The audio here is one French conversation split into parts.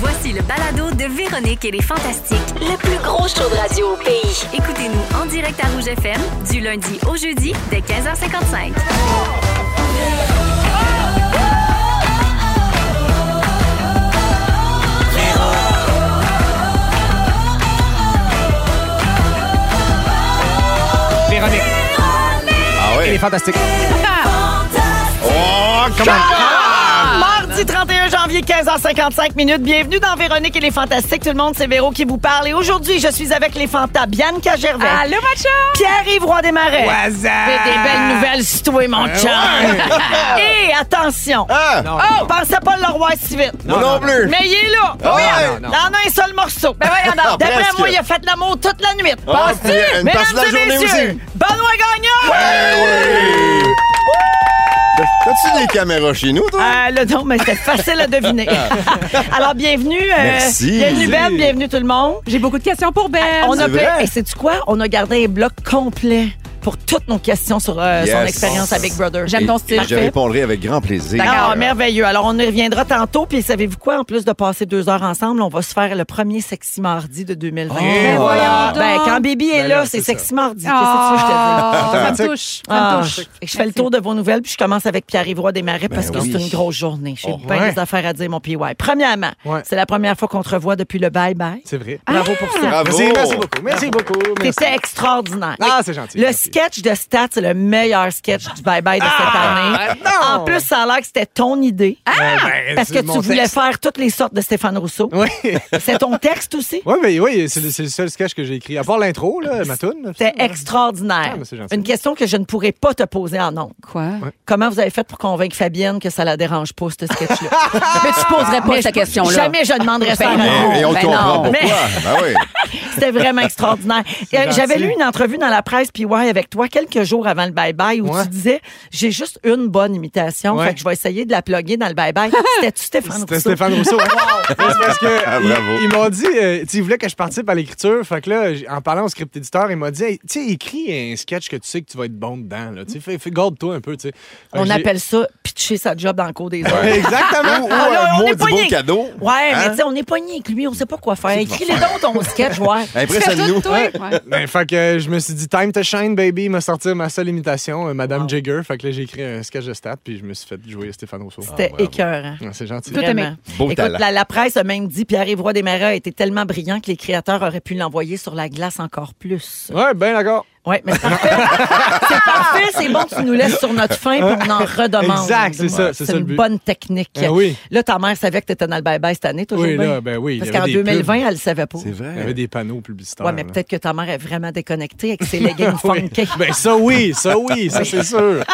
Voici le balado de Véronique et les Fantastiques. Le plus gros show de radio au pays. Écoutez-nous en direct à Rouge FM du lundi au jeudi dès 15h55. Véronique. Ah Elle est oui. fantastique. Oh, comment? Ah, Mardi 31 janvier, 15h55 minutes. Bienvenue dans Véronique et les Fantastiques. Tout le monde, c'est Véro qui vous parle. Et aujourd'hui, je suis avec les Fantas Bianca Gervais, Allô, ma chum! Pierre-Yves Roy des Marais. Des belles nouvelles, si toi, mon chum. Et attention, Ah! Non, oh, pensez pas le roi si vite. Moi non, plus. Mais il est là. Ah, Regarde. ouais. Il non, non. en a un seul morceau. Ben voyons donc. D'après Presque. moi, il a fait l'amour toute la nuit. Ah, puis, euh, une Mesdames partie de la et journée messieurs, aussi. Benoît Gagnon! Ouais, ouais. T'as-tu des caméras chez nous, toi? Ah, le nom, mais c'était facile à deviner. Alors, bienvenue. euh, Merci. Ah, Bienvenue, Ben. Bienvenue, tout le monde. Euh, J'ai beaucoup de questions pour Ben. On a C'est vrai? Et sais-tu quoi? On a gardé un bloc complet pour toutes nos questions sur euh, son Yes. expérience à Big Brother. J'aime Et- ton style. et Je Parfait. répondrai avec grand plaisir. Ah, merveilleux. Alors, on y reviendra tantôt. Puis, savez-vous quoi? En plus de passer deux heures ensemble, on va se faire le premier Sexy Mardi de 2020. Oh, Ben, voyons Ben, donc. quand Baby est Ben là, là, c'est c'est Sexy Mardi. Qu'est-ce que tu veux que je te dise? Ah, ça me Fantastique. touche. Ça Ah, me je touche. je fais le tour de vos nouvelles, puis je commence avec Pierre-Yves Roy des Marais parce que oui. c'est une grosse journée. J'ai Ben Oh, plein ouais. des affaires à dire, mon PY. Premièrement, Ouais. c'est la première fois qu'on te revoit depuis le bye-bye. C'est vrai. Bravo pour ça. Bravo. Merci, merci beaucoup. Merci beaucoup. merci. C'était extraordinaire. Ah, c'est gentil. Le Merci. sketch de Stat, c'est le meilleur sketch du bye-bye de cette année. Ah! non. En plus, ça a l'air que c'était ton idée. Ah! ben, parce que c'est tu mon voulais texte. faire toutes les sortes de Stéphane Rousseau. Oui. C'est ton texte aussi? Oui, mais oui, c'est le, c'est le seul sketch que j'ai écrit. À part l'intro, là, ma toune. C'était extraordinaire. Ah, mais c'est gentil. Une question que je ne pourrais pas te poser en ondes. Quoi? Comment vous avez fait pour convaincre Fabienne que ça la dérange pas, ce sketch-là? Mais tu poserais pas Mais cette je- question-là. Jamais je demanderais ça. à un Ben non. homme. Et, et on Ben comprend non. pourquoi. Mais- Ben oui. C'était vraiment extraordinaire. Euh, gentil. J'avais lu une entrevue dans la presse puis ouais avec toi quelques jours avant le bye bye où Ouais. tu disais j'ai juste une bonne imitation Ouais. fait que je vais essayer de la plugger dans le bye bye. C'était tu Stéphane C'était Rousseau. Stéphane Rousseau. hein. C'est parce que Ah, ils- bravo. ils, m'ont dit, euh, tu sais, ils voulaient que je participe à l'écriture. Fait que là, j- en parlant au script éditeur, il m'a dit, Hey, tu sais, écris un sketch que tu sais que tu vas être bon dedans. Là. Tu sais, fais, fais- garde-toi un peu. tu sais. Fait que On j'ai- appelle ça pitcher sa job dans le cours des autres. Exactement. Ou un on est maudit beau pogné. cadeau. Ouais, mais Hein? tu sais, on est pogné avec lui, on sait pas quoi faire. Écris-les donc ton sketch, ouais. Impressionne-nous. Ouais. Ouais. Ben, fait que euh, je me suis dit, Time to Shine, baby, il m'a sorti ma seule imitation, euh, Madame Jagger. Fait que là, j'ai écrit un sketch de stats, puis je me suis fait jouer Stéphane Rousseau. C'était bravo. écœurant. Ah, c'est gentil. Tout aimé. Vraiment. Beau Écoute, talent. la, la presse a même dit Pierre-Yves Roy Desmarais a été tellement brillant que les créateurs auraient pu l'envoyer sur la glace encore plus. Ouais, ben d'accord. Oui, mais c'est parfait. c'est parfait, c'est bon, tu nous laisses sur notre faim puis on en redemande. Exact, c'est ça, c'est ça une le but. bonne technique. Ah oui. Là, ta mère savait que tu étais dans le bye-bye cette année, toujours Oui, bien. là, ben oui, il Parce y avait qu'en des 2020, pubs. elle ne savait pas. C'est Il y avait vrai. des panneaux publicitaires. Oui, mais là. peut-être que ta mère est vraiment déconnectée avec ses leggings funky. Ben ça oui, ça oui, ça c'est sûr.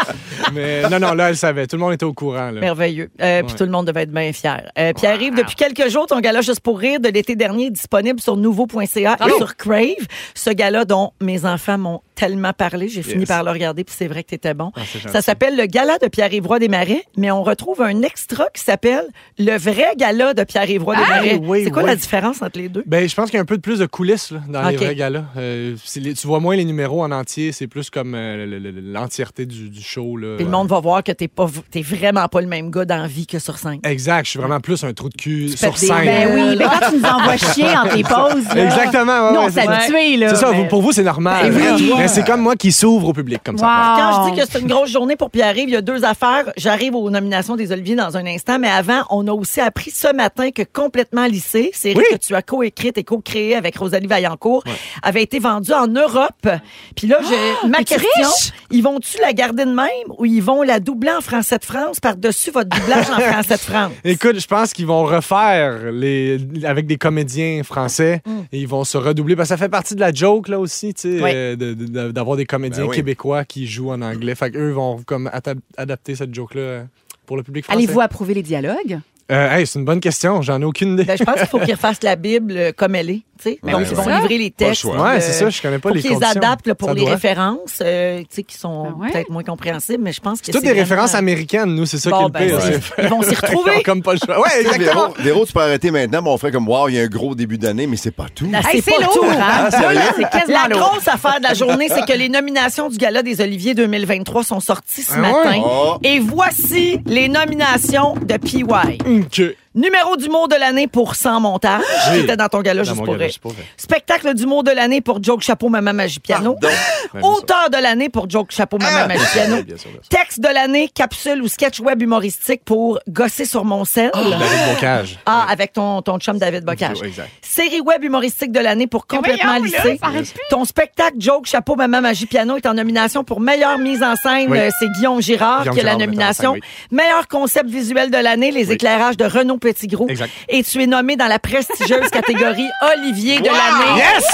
Mais non, non, là, elle savait. Tout le monde était au courant. Là. Merveilleux. Euh, Puis Ouais. tout le monde devait être bien fier. Euh, Pierre-Yves, depuis quelques jours, ton gala Juste pour rire de l'été dernier est disponible sur nouveau.ca et sur Crave. Ce gala dont mes enfants m'ont tellement parlé, j'ai fini Yes. Ah, par le regarder, puis c'est vrai que t'étais bon. c'est gentil. Ça s'appelle le gala de Pierre-Yves Roy des Marais, mais on retrouve un extra qui s'appelle le vrai gala de Pierre-Yves Roy des Marais. oui, c'est quoi oui. la différence entre les deux? Ben, je pense qu'il y a un peu de plus de coulisses là, dans les Ok. vrais galas. Euh, c'est les- tu vois moins les numéros en entier, c'est plus comme euh, le- le- le- l'entièreté du, du show. Là. Puis le monde va voir que t'es pas, t'es vraiment pas le même gars dans la vie que sur scène. Exact, je suis vraiment plus un trou de cul sur fais des- scène. Ben oui, mais quand tu nous envoies chier en tes pauses. là, Exactement, ouais, Nous, on ouais, c'est ça. s'habitue, là. C'est ça, mais- vous- pour vous, c'est normal. Ben oui. Mais c'est comme moi qui s'ouvre au public comme ça. Wow. Quand je dis que c'est une grosse journée pour Pierre-Yves, il y a deux affaires. J'arrive aux nominations des Oliviers dans un instant, mais avant, on a aussi appris ce matin que Complètement lycée, série Oui. que tu as coécrite et co-créée avec Rosalie Vaillancourt, avait été vendue en Europe. Puis là, j'ai ma Ah! es-tu question, riche? ils vont-tu la garder de même ou ils vont la doubler en français de France par-dessus votre doublage en français de France? Écoute, je pense qu'ils vont refaire les, avec des comédiens français Mm. et ils vont se redoubler. Parce que ça fait partie de la joke, là aussi, tu sais, Oui. euh, de- de- d'avoir des comédiens Ben oui. québécois qui jouent en anglais. Fait qu'eux vont comme atta- adapter cette joke-là euh, pour le public français. Allez-vous approuver les dialogues? Euh, hey, c'est une bonne question, j'en ai aucune idée. Ben, je pense qu'il faut qu'ils fassent la Bible euh, comme elle est. tu sais. Ouais, Donc, ouais. ils vont C'est ça. livrer les Pas le textes. choix. Ouais, euh, c'est ça, je connais pas faut les qu'ils conditions. adaptent là, pour Ça les doit. références, euh, tu sais, qui sont Ah ouais? peut-être moins compréhensibles, mais je pense que C'est toutes des c'est références vraiment- américaines, nous, c'est ça Bon, qui est le ben, pire. c'est- ils vont s'y retrouver. hein. Ils ont comme pas le choix. Ouais, Tu sais, Véro, exactement. Véro, tu peux arrêter maintenant, mais on ferait comme, wow, il y a un gros début d'année, mais c'est pas tout. Ah. Là, Hey, c'est c'est pas lourd, tout, hein? Ah, hein? C'est rien. C'est quasiment La grosse affaire de la journée, c'est que les nominations du Gala des Oliviers 2023 sont sorties ce Ben Ah ouais? matin. Oh. Et voici les nominations de PY. Ok. Numéro d'humour de l'année pour Sans montage, Oui. qui était dans ton gala Dans juste mon pour gala rire. juste pour rire. Spectacle d'humour de l'année pour Joke Chapeau Maman Magie Piano. Ben, bien sûr. Auteur de l'année pour Joke Chapeau Maman Ah! Magie Bien sûr, Piano. bien sûr, bien sûr. Texte de l'année, capsule ou sketch web humoristique pour Gosser sur mon sel. Ah, David Bocage. Ah, avec ton, ton chum David Bocage. Oui, exact. Série web humoristique de l'année pour complètement voyons, là, lycée. ça arrête Ton spectacle Joke Chapeau Maman Magie Piano est en nomination pour meilleure mise en scène. Oui. Euh, C'est Guillaume Girard Guillaume qui a la Girard, metteur en nomination. scène, Meilleur concept visuel de l'année, les éclairages de Renaud Petitgros. Exact. Et tu es nommé dans la prestigieuse catégorie Olivier de l'année Yes!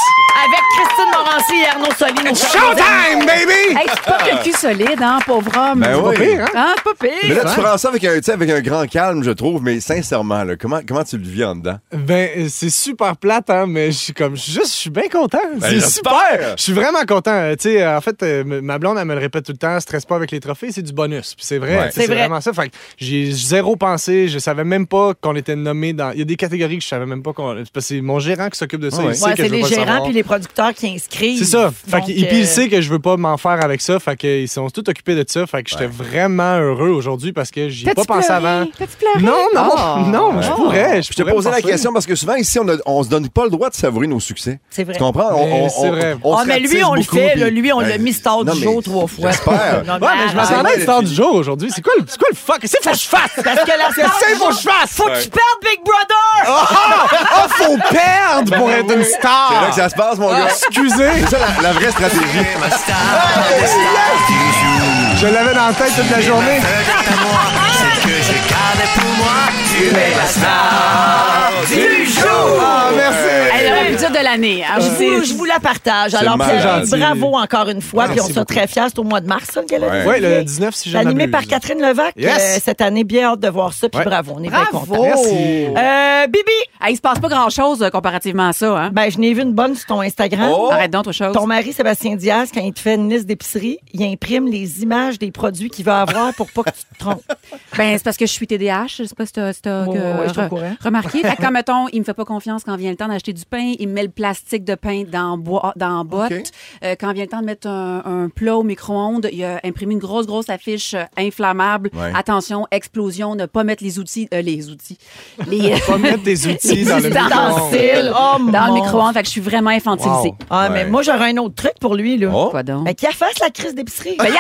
avec Christine Morancy et Arnaud Soli. nos chers Showtime, baby! Hey, tu portes le cul solide, hein, pauvre homme. Ben Pas oui. pire, hein? Hein, pas pire. Mais là, tu prends ça avec un, tu sais, avec un grand calme, je trouve, mais sincèrement, là, comment, comment tu le vis en dedans? Ben, euh, c'est super plate, hein, mais je suis comme, je suis juste, je suis bien content. c'est Ben, j'espère. super! Je suis vraiment content. Euh, tu sais, euh, en fait, euh, m- ma blonde, elle me le répète tout le temps, stresse pas avec les trophées, c'est du bonus. Puis c'est vrai, Ouais. tu sais, C'est c'est vrai. vraiment ça. Fait que j'ai zéro pensée, je savais même pas qu'on était nommé dans. Il y a des catégories que je savais même pas qu'on. c'est parce que c'est mon gérant qui s'occupe de ça. Ouais. Il sait Ouais, que c'est je veux les pas le gérants savoir. puis les producteurs qui inscrivent. C'est ça. Fait Donc, qu'il- puis euh, il sait que je veux pas m'en faire avec ça. Fait qu'ils sont tous occupés de ça. Fait que j'étais vraiment heureux aujourd'hui parce que j'y ai pas T'as-tu pensé pleuré? avant. T'as-tu pleuré? Non, non, Oh. non, je pourrais. Je te pourrais me posais la forcer. question parce que souvent ici, on, a- on se donne pas le droit de savourer nos succès. C'est vrai. Tu comprends? On, Mais on- c'est on- vrai. on Ah, se mais lui, ratisse on le beaucoup, fait, puis- là, lui, on Ben, l'a mis star non, du mais jour trois fois. J'espère. Non, mais Ouais, Ah, mais je m'attendais à une star du jour aujourd'hui. C'est quoi, le- c'est quoi le fuck? C'est faut que je fasse! Parce que la star C'est du faut jour, que je fasse! Faut que tu perdes Big Brother! Ah! Ah, faut perdre pour être une star! C'est là que ça se passe, mon Ah, gars. Excusez! C'est ça la, la vraie stratégie. Je l'avais dans la tête toute la journée. Ah, merci! Elle aurait pu dire de l'année. hein. Je vous, je vous la partage. Alors, malade. Pierre-Yves, C'est gentil. bravo encore une fois. Merci Puis on sera beaucoup. très fiers. C'est au mois de mars, hein, ça, le gala Ouais. des Oui, Oliviers. le 19, si je ne Animé m'abuse. par Catherine Levac Yes. euh, cette année. Bien hâte de voir ça. Puis Ouais. bravo, on est bien Bravo. contents. Merci. Euh, Bibi, Ah, il se passe pas grand-chose euh, comparativement à ça. Hein? ben, oh. je n'ai vu une bonne sur ton Instagram. Arrête donc, toi, chose. Ton mari, Sébastien Diaz, quand il te fait une liste d'épicerie, il imprime les images des produits qu'il veut avoir pour pas que tu te trompes. Ben, c'est parce que je suis TDAH. Je sais pas si t'as, si t'as, Ouais, euh, ouais, je suis au re- courant. remarqué. Fait que quand, mettons, il me fait pas confiance quand vient le temps d'acheter du pain, il me met le plastique de pain dans, boi- dans la boîte. Ok. Euh, quand vient le temps de mettre un, un plat au micro-ondes, il a imprimé une grosse, grosse affiche euh, inflammable. Ouais. Attention, explosion, ne pas mettre les outils, euh, les outils. Les, euh, Faut mettre tes outils dans le micro. Ustensiles. Oh, dans le mon- micro-ondes. Fait que je suis vraiment infantilisée. Wow. Ah, mais Ouais. moi, j'aurais un autre truc pour lui, là. Oh. Quoi donc? Ben, qu'il efface la crise d'épicerie. Ben,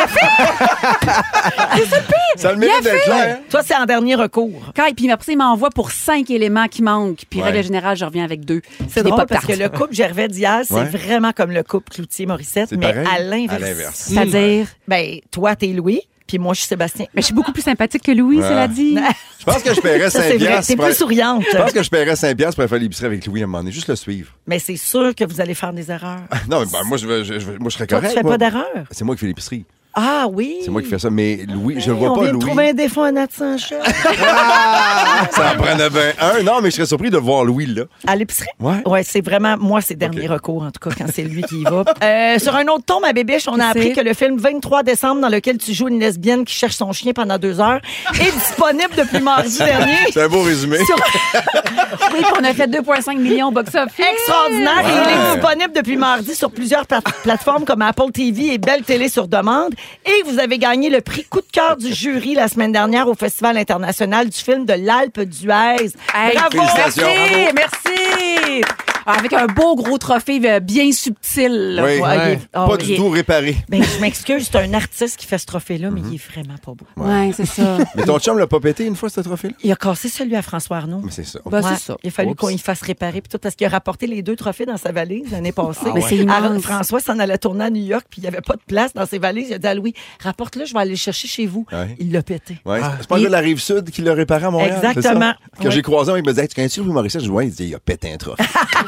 Ça a le mérite d'être clair. Toi, c'est en dernier recours. Quand, et puis après, il m'envoie pour cinq éléments qui manquent. Puis, Ouais. règle générale, je reviens avec deux. C'est Des drôle parce Pop-Tarts. que le couple Gervais Diaz, Ouais. c'est vraiment comme le couple Cloutier-Morissette, C'est mais pareil. à À l'inverse. l'inverse. C'est-à-dire, Ben, toi, t'es Louis, puis moi, je suis Sébastien. mais je suis beaucoup plus sympathique que Louis, Ouais. cela dit. Je pense que je paierais Ça, c'est 5 vrai. piastres. T'es pour- plus souriante. Je pense que je paierais 5 piastres pour aller faire l'épicerie avec Louis à un moment donné. Juste le suivre. Mais c'est sûr que vous allez faire des erreurs. Non, mais ben, moi, je, vais- je- je vais- moi, je serais Toi, correct. tu fais moi. pas d'erreurs. C'est moi qui fais l'épicerie. Ah oui. C'est moi qui fais ça. Mais Louis, je le On vois pas, vient de Louis. trouver un défaut à Nat Sanchez. Ça en prenait bien un. Non, mais je serais surpris de voir Louis là. À l'épicerie? Ouais. Ouais, c'est vraiment, moi, c'est dernier recours, en tout cas, quand c'est lui qui y va. Euh, sur un autre ton, ma bébiche, on a Qu'est-ce appris que c'est? le film 23 décembre, dans lequel tu joues une lesbienne qui cherche son chien pendant deux heures, est disponible depuis mardi dernier. C'est un beau résumé. Sur Oui, puis on a fait 2,5 millions box-office. extraordinaire. Et Ouais. il est disponible depuis mardi sur plusieurs pla- plateformes comme Apple TV et Belle Télé sur demande. Et vous avez gagné le prix coup de cœur du jury la semaine dernière au Festival international du film de l'Alpe d'Huez. Hey, Bravo! Merci, Félicitations. merci. Ah, Avec un beau gros trophée euh, bien subtil. là. Ouais, Oui. il est- oh, Pas il du est- tout réparé. Ben, je m'excuse, c'est un artiste qui fait ce trophée-là, Mhm. mais il est vraiment pas beau. Ouais, c'est ça. Mais ton chum l'a pas pété une fois, ce trophée-là? Il a cassé celui à François Arnaud. Mais c'est ça. Bah, Ouais, c'est ça. Il a fallu Oups. qu'on y fasse réparer puis tout parce qu'il a rapporté les deux trophées dans sa valise l'année passée. Mais c'est Alors, immense. François s'en allait tourner à New York puis il n'y avait pas de place dans ses valises. Il a dit à Louis, rapporte-le, je vais aller le chercher chez vous. Ouais. Il l'a pété. Ouais, c'est- c'est pas le Il- gars de la rive sud qui l'a réparé à Montréal. c'est ça? Exactement. Quand Ouais. j'ai croisé, un, il me disait Hey, Tu connais-tu Louis Morissette Je dis Ouais, il dit Il a pété un trophée. Ah.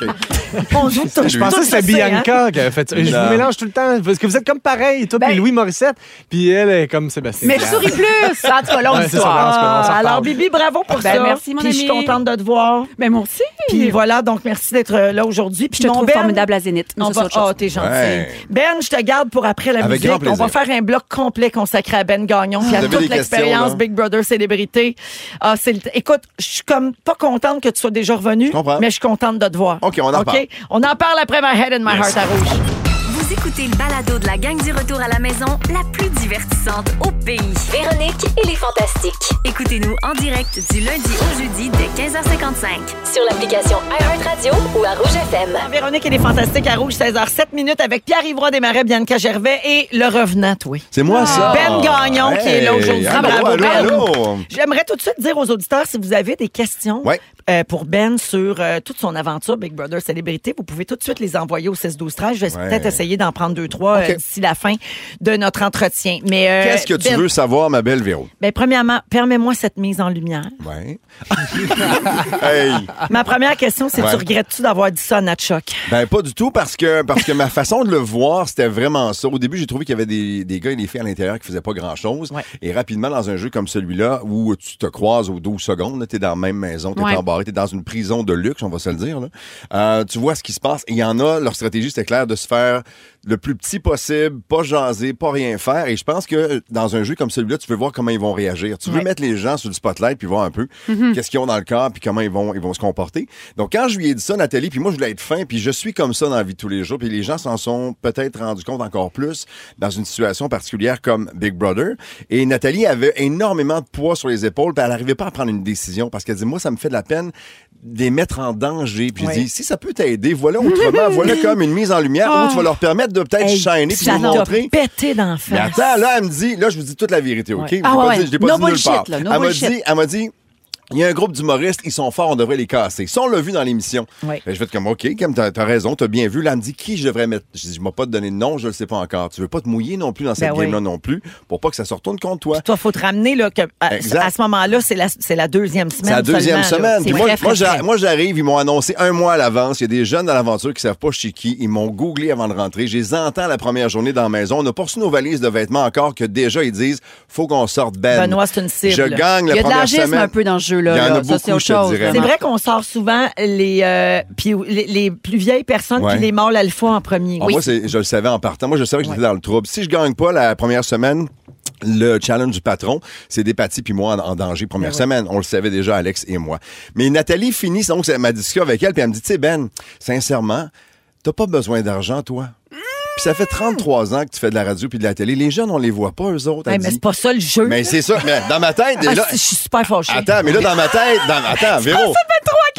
On joue tout- Je pensais tout que c'était le sait, hein. Bianca qui avait fait ça. Je Non. vous mélange tout le temps parce que vous êtes comme pareil, toi, puis Louis Morissette, puis Ben- elle est comme Sébastien. Mais je Diaz. souris plus. En tout cas, longue Ouais, c'est ça, histoire. on se- on s'en Ah, alors, reparle. Bibi, bravo pour Ben, ça. merci, mon Puis je suis ami. contente de te voir. Mais moi aussi. Puis voilà, donc merci d'être euh, là aujourd'hui. Puis Je te mon trouve Ben, formidable à Zénith. mais On ça, c'est va... autre chose. Oh, t'es gentil. Ouais. Ben, je te garde pour après la Avec musique. grand plaisir. On va faire un bloc complet consacré à Ben Gagnon puis à avez toute des questions, l'expérience là? Big Brother célébrité. Ah, c'est le t- Écoute, je suis comme pas contente que tu sois déjà revenu, comprends. mais je suis contente de te voir. OK, on en OK? parle. On en parle après My Head and My Heart à Rouge. Vous écoutez Écoutez le balado de la gang du retour à la maison, la plus divertissante au pays. Véronique et les Fantastiques. Écoutez-nous en direct du lundi au jeudi dès 15h55. Sur l'application iHeartRadio ou à Rouge FM. Véronique, elle est fantastique à Rouge, 16h07 minutes avec Pierre-Yves Roy Desmarais, Bianca Gervais et le revenant, toi. C'est moi, ça. Ben Gagnon qui est là aujourd'hui. Bravo, allô, Bravo, Ben. Euh, allô. J'aimerais tout de suite dire aux auditeurs si vous avez des questions Ouais. euh, pour Ben sur euh, toute son aventure Big Brother Célébrité, vous pouvez tout de suite les envoyer au 16 12 13. Je vais Ouais. peut-être essayer d'en prendre deux trois OK. euh, d'ici la fin de notre entretien. Mais euh, Qu'est-ce que tu Ben- veux savoir, ma belle Véro? Ben, premièrement, permets-moi cette mise en lumière. Ouais. hey. Ma première question, c'est Ah. Ouais. tu regrettes-tu d'avoir dit ça à Natchok? Ben pas du tout parce que parce que ma façon de le voir, c'était vraiment ça. Au début, j'ai trouvé qu'il y avait des, des gars et des filles à l'intérieur qui faisaient pas grand-chose. Ouais. Et rapidement, dans un jeu comme celui-là, où tu te croises aux 12 secondes, là, t'es dans la même maison, t'es Ouais. embarré, t'es dans une prison de luxe, on va se le dire. là. Euh, tu vois ce qui se passe. Et il y en a, leur stratégie, c'était clair de se faire le plus petit possible, pas jaser, pas rien faire. Et je pense que euh, dans un jeu comme celui-là, tu veux voir comment ils vont réagir. Tu veux Ouais. Mhm. mettre les gens sur le spotlight puis voir un peu qu'est-ce qu'ils ont dans le corps puis comment ils vont, ils vont se comporter. Donc, quand je lui ai dit ça, Nathalie, puis moi, je voulais être fin, puis je suis comme ça dans la vie de tous les jours, puis les gens s'en sont peut-être rendus compte encore plus dans une situation particulière comme Big Brother. Et Nathalie avait énormément de poids sur les épaules, puis elle n'arrivait pas à prendre une décision parce qu'elle dit, moi, ça me fait de la peine de les mettre en danger. Puis Ouais. je dis, si ça peut t'aider, voilà autrement, voilà comme une mise en lumière où tu vas leur permettre de peut-être shiner puis de ça t'a montrer. pété d'en face. Mais attends, là, elle me dit, là, je vous dis toute la vérité, OK? Je l'ai Ah pas ouais, dit- je l'ai pas no dit nulle bullshit, part. là, no elle m'a bullshit. dit, elle m'a dit, il y a un groupe d'humoristes, ils sont forts, on devrait les casser. Ça, on l'a vu dans l'émission. Oui. Fait que Je vais être comme, OK, comme t'as as raison, t'as bien vu. Là, elle me dit, qui je devrais mettre? Je dis, je m'ai pas donné de nom, je le sais pas encore. Tu veux pas te mouiller non plus dans cette Ben oui. game-là non plus, pour pas que ça se retourne contre toi. Toi, faut te ramener là, que, à, Exact. à ce moment-là, c'est la, c'est la deuxième semaine. C'est la deuxième seulement, là. semaine. C'est Puis moi, très moi, frais, j'a- frais. moi, j'arrive, ils m'ont annoncé un mois à l'avance. Il y a des jeunes dans l'aventure qui savent pas chez qui. Ils m'ont googlé avant de rentrer. Je les entends la première journée dans la maison. On a pas reçu nos valises de vêtements encore que déjà ils disent faut qu'on sorte Ben. Benoît, c'est une cible. Je gagne ah, la Il y a de première l'agisme semaine. un peu dans ce jeu-là. Il y en a là. beaucoup, Ça, c'est autre je te chose. dirais. C'est vraiment. vrai qu'on sort souvent les, euh, puis les, les plus vieilles personnes Ouais. puis les mâles alpha en premier. Ah, Moi, c'est- je le savais en partant. Moi, je savais que j'étais dans le trouble. Si je gagne pas la première semaine, le challenge du patron, c'est des pâtis puis moi en, en danger première Ben semaine. On le savait déjà, Alex et moi. Mais Nathalie finit donc ma discussion avec elle, puis elle me dit, tu sais, Ben, sincèrement, t'as pas besoin d'argent, toi. Puis ça fait Hmm. 33 ans que tu fais de la radio puis de la télé. Les jeunes, on les voit pas, eux autres. Hey, elle mais dit. c'est pas ça le jeu. Mais c'est ça. Mais dans ma tête, Ah, là, si, je suis super fâchée. Attends, mais là, dans ma tête, dans, attends, Véro.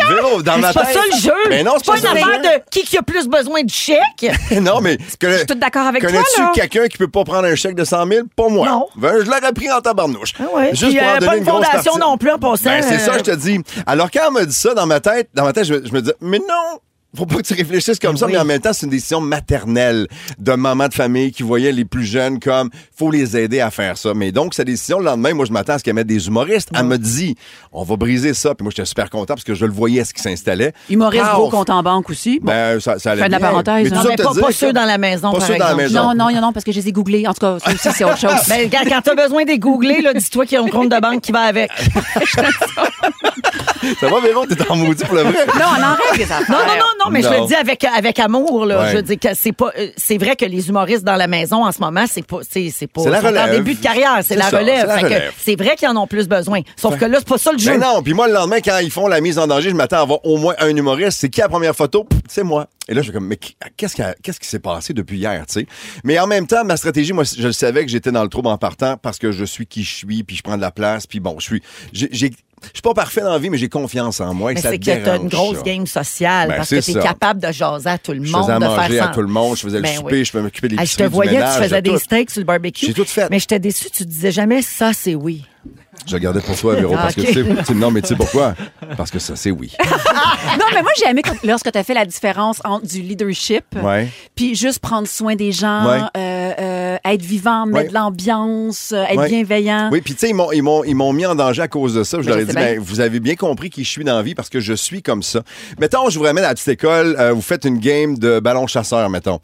Véro, dans Mais ma c'est pas tête. ça le jeu. Mais non, Ben, c'est pas, une ça le affaire jeu. de qui qui a plus besoin de chèque. non, mais. que- Je suis toute d'accord avec toi, Connais-tu là. quelqu'un qui peut pas prendre un chèque de 100 000? Pas moi. Non. Ben, je l'aurais pris en tabarnouche. Ah ouais. Puis, en euh, donner pas une grosse fondation partie. non plus en passant. Ben, c'est ça, euh, je te dis. Alors, quand elle m'a dit ça dans ma tête, dans ma tête, je, me- je me disais, mais non! Faut pas que tu réfléchisses comme ça, Ben oui. mais en même temps, c'est une décision maternelle de maman de famille qui voyait les plus jeunes comme faut les aider à faire ça. Mais donc, sa décision, le lendemain, moi, je m'attends à ce qu'elle mette des humoristes. Elle me dit, on va briser ça. Puis moi, j'étais super content parce que je le voyais, ce qui s'installait. Humoriste Paf! gros compte en banque aussi. Bon. Ben, ça, ça allait Fin de la bien. parenthèse, Mais tout hein. ça mais pour te pas, dire pas que- ceux dans la maison, Pas par ceux dans la exemple. maison. non, non, non, non, parce que je les ai googlés. En tout cas, ça aussi, c'est autre chose. Ben, quand quand t'as besoin des googlés, là, dis-toi qu'il y a un compte de banque qui va avec. Ça va, Véro? T'es en maudit pour le vrai? non, on en règle ça. Non, non, non, non, mais je Non. le dis avec, avec amour, là. Ouais. Je dis que c'est pas, euh, c'est vrai que les humoristes dans la maison en ce moment, c'est pas, c'est, c'est pas, C'est la ils sont en relève. début de carrière, c'est C'est la ça, relève. c'est la Fait que relève. C'est vrai qu'ils en ont plus besoin. Sauf que là, c'est pas ça le jeu. Mais non, puis moi, le lendemain, quand ils font la mise en danger, je m'attends à avoir au moins un humoriste. C'est qui la première photo? Pff, C'est moi. Et là, je suis comme, mais qui- qu'est-ce qui, a- qu'est-ce qui s'est passé depuis hier, tu sais? Mais en même temps, ma stratégie, moi, je le savais que j'étais dans le trouble en partant parce que je suis qui je suis, puis je prends de la place, puis bon, je suis. j'ai- j'ai- Je suis pas parfait dans la vie, mais j'ai confiance en moi. et Mais ça c'est que t'as dérange, une grosse ça. game sociale Ben, parce que c'est t'es ça. capable de jaser à tout le Je monde, faisais à de manger faire à ça. tout le monde, je faisais le Ben souper, oui. je m'occupais des Ah, Je te épiceries, du voyais, tu ménage, faisais de des tout. steaks sur le barbecue. J'ai tout fait. Mais j'étais déçu, tu disais jamais ça, c'est oui. Je le gardais pour toi, Véro, Ah, parce ok. que tu sais- tu sais, non, mais tu sais pourquoi? Parce que ça, c'est oui. Non, mais moi, j'ai aimé quand- lorsque tu as fait la différence entre du leadership, Ouais. puis juste prendre soin des gens, Ouais. euh, euh, être vivant, mettre Ouais. de l'ambiance, euh, être Ouais. bienveillant. Oui, puis tu sais, ils m'ont- ils m'ont ils m'ont mis en danger à cause de ça. Je Mais leur ai je sais dit, bien. ben, vous avez bien compris qui je suis dans la vie parce que je suis comme ça. Mettons, je vous ramène à la petite école, euh, vous faites une game de ballon chasseur, mettons.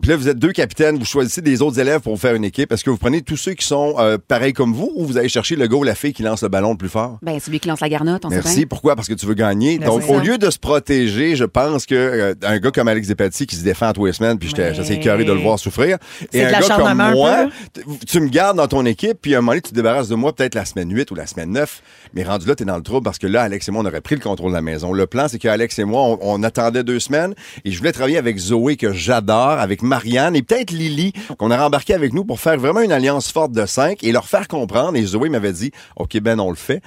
Puis là, vous êtes deux capitaines, vous choisissez des autres élèves pour vous faire une équipe. Est-ce que vous prenez tous ceux qui sont euh, pareils comme vous ou vous allez chercher le gars ou la fille qui lance le ballon le plus fort? Ben, celui qui lance la garnotte, on sait Merci. bien. Pourquoi? Parce que tu veux gagner. Ben, Donc, c'est au ça. lieu de se protéger, je pense que euh, un gars comme Alex Despatie qui se défend à tous les semaines, puis j'étais Ouais. j'étais écœuré de le voir souffrir. C'est Et de un gars comme l'acharnement un peu, moi, là. t- tu me gardes dans ton équipe, puis à un moment donné, tu te débarrasses de moi peut-être la semaine 8 ou la semaine 9. Mais rendu là, t'es dans le trouble parce que là, Alex et moi, on aurait pris le contrôle de la maison. Le plan, c'est qu'Alex et moi, on, on attendait deux semaines et je voulais travailler avec Zoé, que j'adore, avec Marianne et peut-être Lily, qu'on a embarqué avec nous pour faire vraiment une alliance forte de cinq et leur faire comprendre. Et Zoé m'avait dit, OK, Ben, on le fait.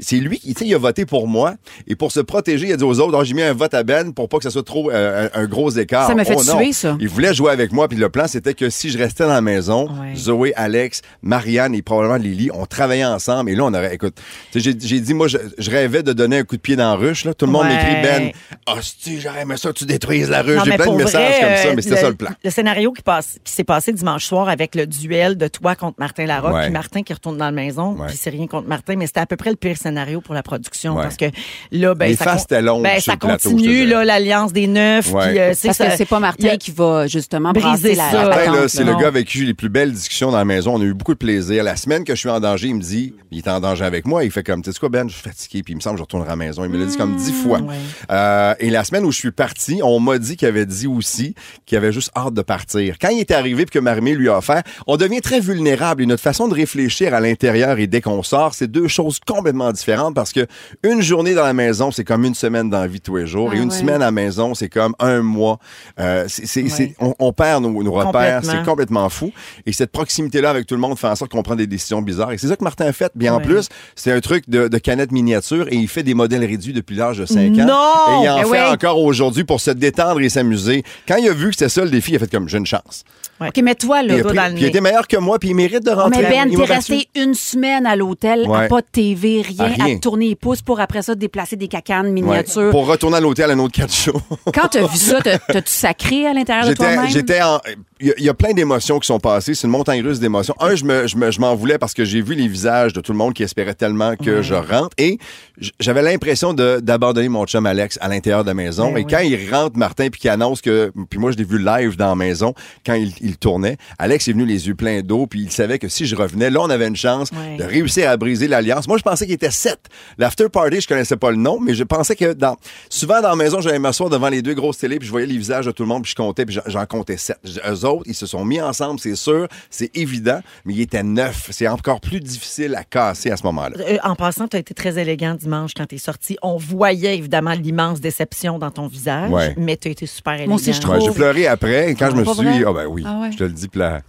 C'est lui qui, tu sais, il a voté pour moi. Et pour se protéger, il a dit aux autres, Ah, j'ai mis un vote à Ben pour pas que ça soit trop euh, un, un gros écart. Ça m'a fait Oh non. tuer, ça. Il voulait jouer avec moi, puis le plan, c'était que si je restais dans la maison, Ouais. Zoé, Alex, Marianne et probablement Lily, on travaillait ensemble. Et là, on aurait, écoute, tu sais, j'ai j'ai dit, moi, je, je rêvais de donner un coup de pied dans la ruche. Là. Tout le monde Ouais. m'écrit, Ben, hostie, j'aurais aimé ça, que tu détruises la ruche. Non, J'ai mais plein de pour messages vrai, comme ça, euh, mais c'était ça le plan. Le scénario qui, passe, qui s'est passé dimanche soir avec le duel de toi contre Martin Larocque, Ouais. puis Martin qui retourne dans la maison, Ouais. puis c'est rien contre Martin, mais c'était à peu près le pire scénario pour la production Ouais. parce que là, ben, Les ça, faces étaient longues ben, sur ça le plateau, je te continue dirais. là l'alliance des neufs, Ouais. puis euh, c'est Parce ça- que c'est pas il y Martin a- qui va justement Briser briser la, ça. la Martin, patente, Ben, là, c'est là. le non. gars avec qui j'ai eu les plus belles discussions dans la maison. On a eu beaucoup de plaisir. La semaine que je suis en danger, il me dit, il est en danger avec moi. Il fait comme, tu sais quoi, Ben, je suis fatigué, puis il me semble que je retournerai à la maison. Il me l'a dit comme dix Mmh, fois. Euh, et la semaine où je suis parti, on m'a dit qu'il avait dit aussi qu'il avait juste hâte de partir. Quand il est arrivé, puis que Marimé lui a offert, on devient très vulnérable. Et notre façon de réfléchir à l'intérieur et dès qu'on sort, c'est deux choses complètement différentes parce que une journée dans la maison, c'est comme une semaine dans la vie de tous les jours. Ah et une ouais. semaine à la maison, c'est comme un mois. Euh, c'est- c'est- c'est- on, on perd nos, nos repères. Complètement. hein, C'est complètement fou. Et cette proximité-là avec tout le monde fait en sorte qu'on prend des décisions bizarres. Et c'est ça que Martin a fait. Bien en Ouais. plus, c'est un truc de, de canette miniature et il fait des modèles réduits depuis l'âge de 5 ans. Non! Et il en Ben fait oui. encore aujourd'hui pour se détendre et s'amuser. Quand il a vu que c'était ça le défi, il a fait comme j'ai une chance. OK, mais toi, là, il, a doigt pris- dans le puis il nez. était meilleur que moi, puis il mérite de rentrer. mais Ben, Il t'es m'a resté une semaine à l'hôtel, Ouais. à pas de TV, rien, À à, rien. te tourner les pouces pour après ça déplacer des cacanes Ouais. miniatures. Pour retourner à l'hôtel un autre quatre jours. Quand t'as vu ça, t'as- t'as-tu sacré à l'intérieur de J'étais, toi-même? j'étais en- Il y a- il y, a plein d'émotions qui sont passées. C'est une montagne russe d'émotions. Un, je, me, je, me- je m'en voulais parce que j'ai vu les visages de tout le monde qui espérait tellement que je rentre. Et j- j'avais l'impression de, d'abandonner mon chum Alex à l'intérieur de la maison. Ben et quand il rentre, Martin, puis qu'il annonce que. Puis moi, je l'ai vu live dans la maison quand il, il tournait. Alex est venu les yeux pleins d'eau, puis il savait que si je revenais, là, on avait une chance Ouais. de réussir à briser l'alliance. Moi, je pensais qu'il était sept. L'after party, je connaissais pas le nom, mais je pensais que dans, souvent dans la maison, j'allais m'asseoir devant les deux grosses télés, puis je voyais les visages de tout le monde, puis je comptais, puis j'en- j'en comptais sept. J- Eux autres, ils se sont mis ensemble, c'est sûr, c'est évident, mais ils étaient neuf. C'est encore plus difficile à casser à ce moment-là. Euh, en passant, tu as été très élégant dimanche quand tu es sorti. On voyait évidemment l'immense déception dans ton visage, Ouais. mais tu as été super élégant. Moi aussi, je trouve. Ouais, j'ai pleuré après, et quand je me Pas suis vrai? dit, ah ben oui, Ah ouais. je te le dis, puis la-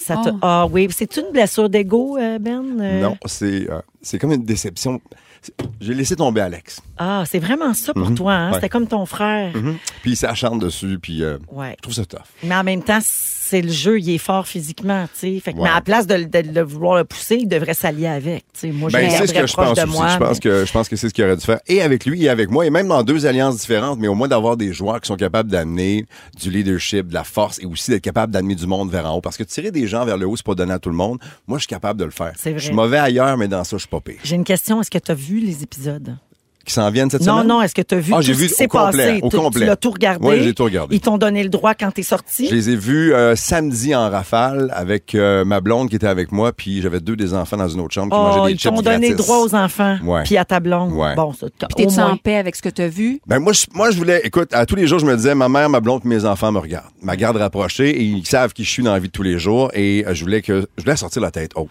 Ça te- Oh. Ah oui, c'est une blessure d'ego, euh, Ben? Euh, non, c'est euh, c'est comme une déception. C'est- J'ai laissé tomber Alex, Ah, c'est vraiment ça pour toi. Hein? Mhm. Ouais. C'était comme ton frère. Mhm. puis il s'acharne dessus, puis euh, Ouais. je trouve ça tough. Mais en même temps, c'est le jeu, il est fort physiquement, tu sais. Fait que, Ouais. mais à la place de, le- de le vouloir le pousser, il devrait s'allier avec, tu sais. Moi, je Ben, le c'est ce garderais que je proche pense de aussi. moi. je, pense mais- que, je pense que c'est ce qu'il aurait dû faire. Et avec lui et avec moi, et même dans deux alliances différentes, mais au moins d'avoir des joueurs qui sont capables d'amener du leadership, de la force et aussi d'être capable d'amener du monde vers en haut. Parce que tirer des gens vers le haut, c'est pas donné à tout le monde. Moi, je suis capable de le faire. C'est vrai. Je suis mauvais ailleurs, mais dans ça, je suis pas pire. J'ai une question. Est-ce que tu as vu les épisodes? Qui s'en viennent cette non, semaine? non. Est-ce que tu as vu Ah, tout j'ai ce vu qui s'est au complet, passé? au Tu- complet. Tu l'as tout regardé? Ouais, j'ai tout regardé. Ils t'ont donné le droit quand t'es sorti? Je les ai vus euh, samedi en rafale avec euh, ma blonde qui était avec moi, puis j'avais deux des enfants dans une autre chambre qui Oh, mangeaient des ils chips t'ont donné le gratis. droit aux enfants, Ouais. puis à ta blonde. Ouais. Bon, ça, t'as- Puis au t'es-tu en moins. paix avec ce que t'as vu? Ben moi, je, moi, je voulais, écoute, à tous les jours, je me disais, ma mère, ma blonde, puis mes enfants me regardent, ma garde rapprochée, et ils savent qui je suis dans la vie de tous les jours, et euh, je voulais que, je voulais sortir la tête haute.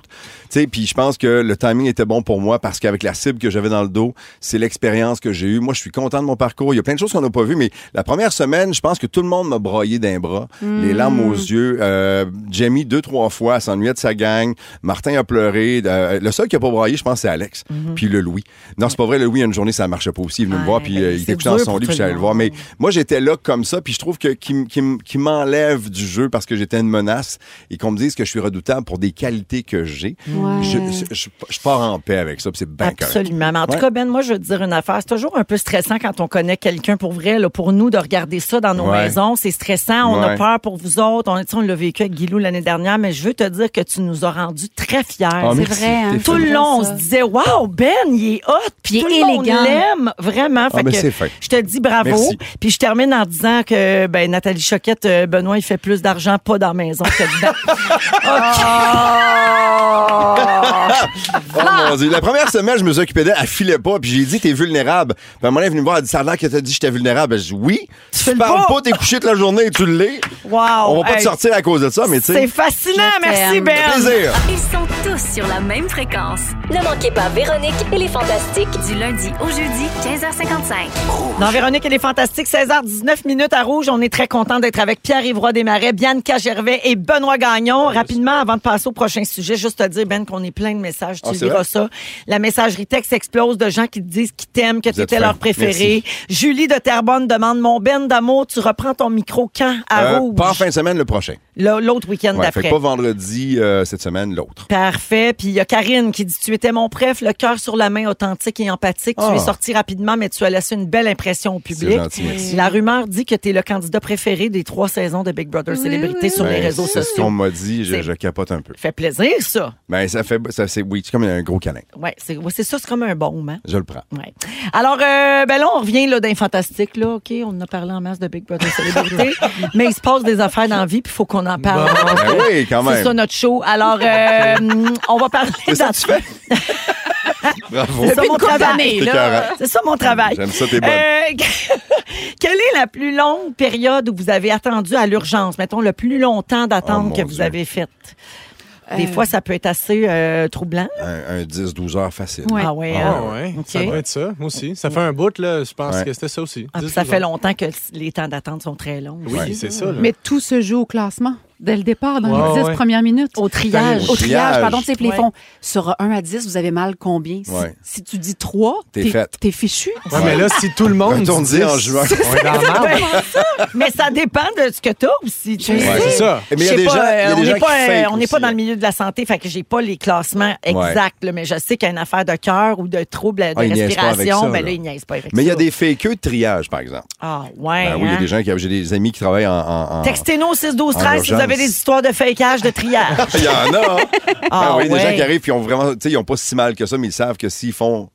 Tu sais, puis je pense que le timing était bon pour moi parce qu'avec la cible que j'avais dans le dos, c'est l'expérience que j'ai eue. Moi, je suis content de mon parcours. Il y a plein de choses qu'on n'a pas vues, mais la première semaine, je pense que tout le monde m'a broyé d'un bras, les larmes aux yeux. Euh, Jamie deux trois fois s'ennuyait de sa gang. Martin a pleuré. Euh, le seul qui a pas broyé, je pense, c'est Alex. Puis le Louis. Non, c'est pas vrai. Le Louis, une journée, ça marchait pas aussi. Il est venu me voir, Ouais, puis ben, euh, il c'est était couché dans dur son pour lit, tout puis j'allais le le voir. monde. Mais moi, j'étais là comme ça, puis je trouve que qui, m- qui, m- qui m'enlève du jeu parce que j'étais une menace et qu'on me dise que je suis redoutable pour des qualités que j'ai. Je, je- je pars en paix avec ça, puis c'est bien Ben, correct. Absolument. Mais en tout Ouais. cas, Ben, moi, je veux te dire une affaire. C'est toujours un peu stressant quand on connaît quelqu'un pour vrai. Là, pour nous, de regarder ça dans nos Ouais. maisons, c'est stressant. On a Ouais. peur pour vous autres. On, tu sais, on l'a vécu avec Guilou l'année dernière, mais je veux te dire que tu nous as rendu très fiers. Ah, C'est merci, vrai, hein? Stéphanie. tout le long, on ça. se disait, wow, Ben, il est hot, Puis puis tout il est le monde élégant. l'aime, vraiment. Fait ben, que c'est fin. je te dis bravo. Merci. Puis je termine en disant que ben, Nathalie Choquette, euh, Benoît, il fait plus d'argent pas dans la maison que Ben. dedans. Oh mon Dieu. La première semaine, je me suis occupé d'elle. Elle filait pas. Puis j'ai dit, t'es vulnérable. Puis à un moment, elle est venue me voir, elle dit, ça a l'air que t'as dit que j'étais vulnérable. Ben, Je dis, oui. Tu Tu le parles pas. pas, t'es couché toute la journée et tu l'es. Wow, On va pas hey. te sortir à cause de ça, mais tu C'est sais. fascinant, Je merci t'aime. Ben. Plaisir. Ils sont tous sur la même fréquence. Ne manquez pas Véronique et les Fantastiques. Du lundi au jeudi, 15h55. Dans Véronique, elle est fantastique. 16h19 minutes à Rouge. On est très content d'être avec Pierre-Yvroy Desmarais, Bianca Gervais et Benoît Gagnon. Rapidement, avant de passer au prochain sujet, juste te dire, Ben, qu'on est plein de messages. Tu Ah, c'est liras vrai? ça. La messagerie texte explose de gens qui te disent qu'ils t'aiment, que tu étais êtes leur fin. préféré. Julie de Terrebonne demande, mon Ben d'amour, tu reprends ton micro quand à Euh, Rouge? pas en fin de semaine, le prochain. Là, L'autre week-end Ouais, fait d'après. que pas vendredi euh, cette semaine, l'autre. Parfait. Puis il y a Karine qui dit Tu étais mon préf, le cœur sur la main, authentique et empathique. Tu Ah. es sorti rapidement, mais tu as laissé une belle impression au public. C'est gentil, merci. La rumeur dit que tu es le candidat préféré des trois saisons de Big Brother Célébrité sur les Ben, réseaux c'est ce qu'on sociaux. m'a dit, je, C'est- je capote un peu. Fait plaisir, ça. Ben, ça fait, ça, c'est, oui, c'est comme un gros câlin. Ouais, c'est ouais, c'est ça, c'est comme un baume. Hein? Je le prends. Ouais. Alors, euh, ben là, on revient là, d'un fantastique. Là. OK, on en a parlé en masse de Big Brother Célébrité, mais il se passe des affaires dans la vie, puis il faut qu'on en parle. Ben oui, quand Ah C'est ça même. notre show. Alors, euh, on va parler C'est ça dans- que tu fais? Bravo. C'est ça mon travail. C'est là. carré. C'est ça mon travail. J'aime ça, t'es bonne. Euh, quelle est la plus longue période où vous avez attendu à l'urgence? Mettons, le plus longtemps Oh, d'attente mon que vous Dieu. avez fait. Des fois, ça peut être assez euh, troublant. Un, un 10-12 heures facile. Ouais. Ah ouais. Ah hein? ouais, OK. ça doit être ça. Moi aussi. Ça fait un bout, là. Je pense Ouais. que c'était ça aussi. Ah, puis 10, ça 12 fait ans. longtemps que les temps d'attente sont très longs. Oui, c'est ça. là. Mais tout se joue au classement, dès le départ, dans Ouais, les 10 ouais. premières minutes. Au triage. Au Au triage, triage. pardon, tu sais, puis les Ouais. fonds. Sur 1 à 10, vous avez mal combien? Si- Ouais. Si, tu dis 3, T'es faite. t'es fichu. Ouais, mais là, si tout le monde. Retourne-y dit en juin. On est dans Ah la merde. Mais ça dépend de ce que tu as aussi. tu sais. Ouais, C'est ça. Mais il y Je a sais des gens, pas, il y euh, a on des n'est gens qui pas, euh, fake on n'est pas aussi, hein. dans là. le milieu de la santé, fait que j'ai pas les classements exacts, là, mais je sais qu'il y a une affaire de cœur ou de trouble de Ah, ils niaisent pas avec respiration, ça, ben là. là, ils niaisent pas avec Mais il y ça. a des fakeux de triage, par exemple. Ah, ouais. Ben oui, il y hein? a des gens qui. J'ai des amis qui travaillent en. en- en- Textez-nous au 6 12 13 En si vous avez urgence. des histoires de fakeage, de triage. Il y en a, hein? Ah, Ah oui, des ouais. gens qui arrivent puis ils ont vraiment. Tu sais, ils ont pas si mal que ça, mais ils savent que s'ils font.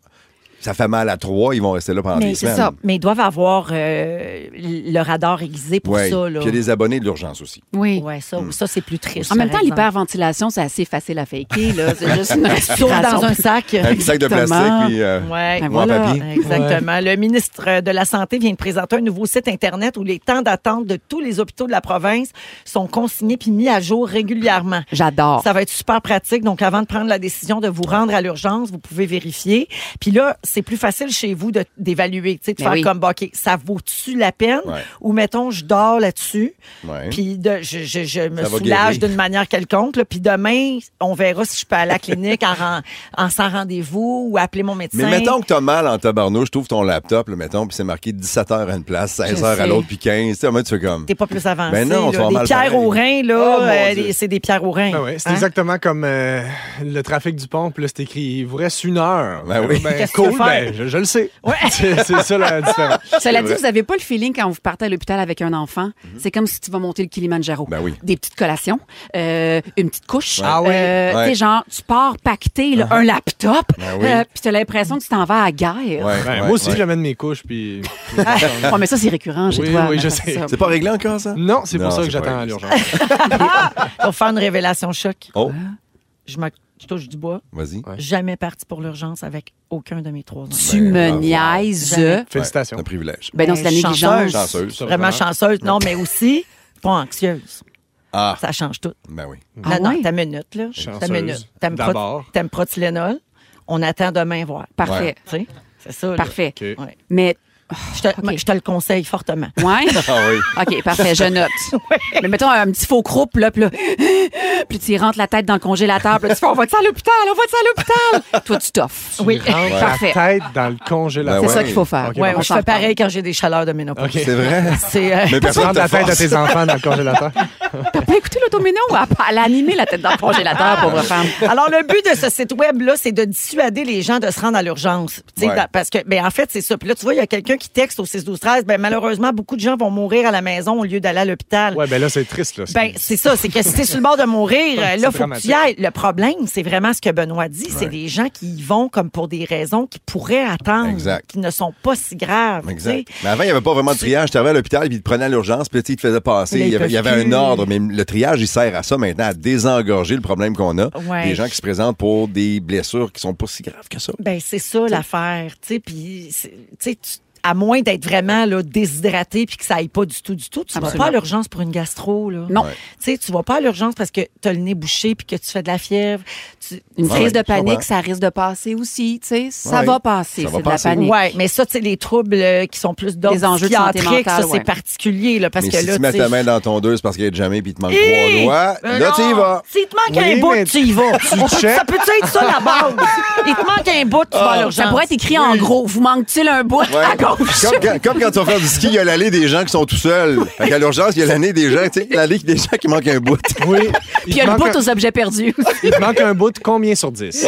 Ça fait mal à trois, ils vont rester là pendant Mais des c'est semaines. ça. Mais ils doivent avoir euh, le radar aiguisé pour Ouais. ça. Puis Là. il y a des Hmm. abonnés de l'urgence aussi. Oui. Ouais, ça, ça c'est plus triste. En même par temps, exemple. l'hyperventilation, c'est assez facile à faker. là. C'est juste une Tu tournes respiration. dans un sac. Un petit sac de plastique, Exactement. puis. euh, Ouais. Ben moi, en voilà. papier. Exactement. Le ministre de la Santé vient de présenter un nouveau site Internet où les temps d'attente de tous les hôpitaux de la province sont consignés puis mis à jour régulièrement. J'adore. Ça va être super pratique. Donc, avant de prendre la décision de vous rendre à l'urgence, vous pouvez vérifier. Puis là, c'est plus facile chez vous de- d'évaluer, tu sais, de Ben faire oui. comme, bah, OK, ça vaut-tu la peine? Ouais. Ou mettons, je dors là-dessus, Ouais. puis de- je, je- je me Ça va soulage guérir. d'une manière quelconque. là. puis demain, on verra si je peux aller à la clinique en, ren- en sans rendez-vous ou appeler mon médecin. Mais mettons que t'as mal en tabarnouche, je trouve ton laptop, là, mettons, puis c'est marqué 17 h à une place, 16 h sais. à l'autre, puis 15. Tu sais, moi, tu fais comme. T'es pas plus avancé. Ben non, tu là. vas Des mal pierres pareil. aux reins, là, Oh, mon euh, Dieu. les- c'est des pierres aux reins. Ah ouais, c'est Hein? exactement comme euh, le trafic du pont, puis là, c'est écrit il vous reste une heure. Ben oui. Qu'est-ce que tu cool, veux faire? ben, je, je le sais. Ouais. C'est c'est ça la différence. Cela C'est dit, vrai. Mm-hmm. vous n'avez pas le feeling quand vous partez à l'hôpital avec un enfant. C'est comme si tu vas monter le Kilimanjaro. Ben oui. Des petites collations, euh, une petite couche. Ah oui. Euh, Ouais. Uh-huh. Tu sais, genre, tu pars pacter là, un laptop, Ben oui. euh, puis tu as l'impression que tu t'en vas à la guerre. Ouais, Ben, ouais, moi aussi, ouais. j'amène mes couches, puis. Ouais, mais ça, c'est récurrent chez Oui, toi. oui, je Nathan, sais. ça. C'est pas réglé encore, ça? Non, c'est pour Non, ça que c'est j'attends pas- à l'urgence. Pour faire une révélation choc, Oh, je, me- je touche du bois. vas-y. Ah. Ouais. Jamais parti pour l'urgence avec aucun de mes trois enfants. Tu me Ben, bravo. niaises. Jamais. Félicitations. Ouais, un privilège. Ben non, c'est la Ben, négligence. Chanceuse. Vraiment chanceuse, non, mais aussi pas anxieuse. Ah, Ça change tout. ben oui. Non, Ah non, ouais? ta minute, là. Ta Chanceuse, minute. T'aimes pas, d'abord. t'aimes pas Tylenol? On attend demain voir. Parfait. Ouais. Tu sais, C'est ça. là. Parfait. OK. Ouais. Mais, Je te, moi, je te le conseille fortement. ouais. Ah oui. OK, parfait, je note. Mais mettons un petit faux croupe, là, puis là, puis tu y rentres la tête dans le congélateur, puis là, tu fais, on va-tu à l'hôpital, on va-tu à l'hôpital? Toi, tu t'offres. Oui. Rentre Parfait. la tête dans le congélateur. C'est Ben Ouais. ça qu'il faut faire. OK, Ouais, bon, moi, on je fais pareil quand j'ai des chaleurs de ménopause. OK. C'est vrai. C'est euh, Mais Tu personne rentres te la tête de force. tes enfants dans le congélateur. T'as pas écouté l'automéno? Elle a animé la tête dans le congélateur, Ah, pauvre femme. Alors, le but de ce site Web-là, c'est de dissuader les gens de se rendre à l'urgence. Tu sais, Ouais. dans- Parce que, ben, en fait, c'est ça. Puis là, tu vois, il y a quelqu'un qui texte au 6-12-13. Ben, malheureusement, beaucoup de gens vont mourir à la maison au lieu d'aller à l'hôpital. Ouais, ben là, c'est triste, là. Ben, c'est ça, c'est que si t'es sur le bord de mourir, euh, là, C'est faut que tu y dramatique. ailles. Le problème, c'est vraiment ce que Benoît dit, c'est des gens qui y vont comme pour des raisons qui pourraient attendre, Exact. qui ne sont pas si graves. tu sais. Exact. Mais avant, il n'y avait pas vraiment de triage. Tu arrivais à l'hôpital, puis ils te prenaient à l'urgence, puis tu sais, ils te faisaient passer. Mais Il ils y avait, il y peuvent avait plus. un ordre Mais le triage, il sert à ça maintenant, à désengorger le problème qu'on a. Ouais. Des gens qui se présentent pour des blessures qui sont pas si graves que ça. Ben, c'est ça l'affaire, tu sais, puis c'est- tu sais, tu- à moins d'être vraiment là, déshydraté puis que ça aille pas du tout, du tout, tu vas Absolument. pas à l'urgence pour une gastro, là. Non. Tu sais, tu vas pas à l'urgence parce que t'as le nez bouché puis que tu fais de la fièvre. Tu- Une Ouais, crise ouais, de je comprends. panique, ça risque de passer aussi, tu sais. Ça Ouais. va passer, Ça va c'est de la passer. panique. Ouais, mais ça, tu sais, les troubles euh, qui sont plus d'ordre Les enjeux de santé psychiatrique, ça, mentale, c'est ouais. particulier, là, parce mais que si là, tu mets tu sais, ta main dans ton deux, c'est parce qu'il y a jamais puis il te manque Hey! trois doigts. Ben là, tu y non! vas. S'il te manque Oui, un bout, mais tu y vas. tu checkes. ça peut-tu être ça, la base? Il te manque un bout, tu vas à l'urgence. Ah, Ça pourrait être écrit en gros. Vous manque-t-il un bout Ouais. à gauche? Comme, quand, comme quand tu vas faire du ski, il y a l'allée des gens qui sont tout seuls. Fait qu'à l'urgence, il y a l'année des gens, tu sais, l'allée des gens qui manque un bout. Oui. Puis il y a te le manque Ben bout un- aux objets perdus. Il te manque un bout de combien sur 10?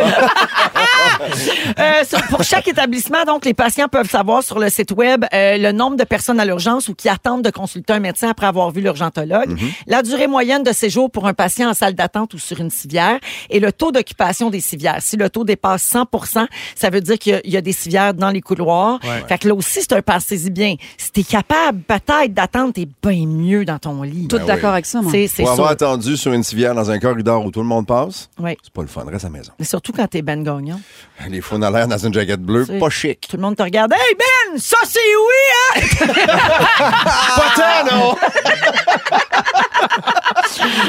Euh, sur- pour chaque établissement, donc, les patients peuvent savoir sur le site web euh, le nombre de personnes à l'urgence ou qui attendent de consulter un médecin après avoir vu l'urgentologue, la durée moyenne de séjour pour un patient en salle d'attente ou sur une civière et le taux d'occupation des civières. Si le taux dépasse 100 ça veut dire qu'il y a- il y, a des civières dans les couloirs. Fait que là aussi, c'est un passez-y bien. Si t'es capable, peut-être, d'attendre, t'es bien mieux dans ton lit. Tout oui. d'accord avec ça, moi. C'est c'est Pour avoir sûr. attendu sur une civière dans un corridor où tout le monde passe, Oui. c'est pas le fun. Reste à la maison. Mais surtout quand t'es ben gagnant. Les fous dans l'air dans une jaquette bleue, C'est- pas chic. Tout le monde te regarde. Hey, Ben, ça c'est oui, hein? Ah! Pas tant, non!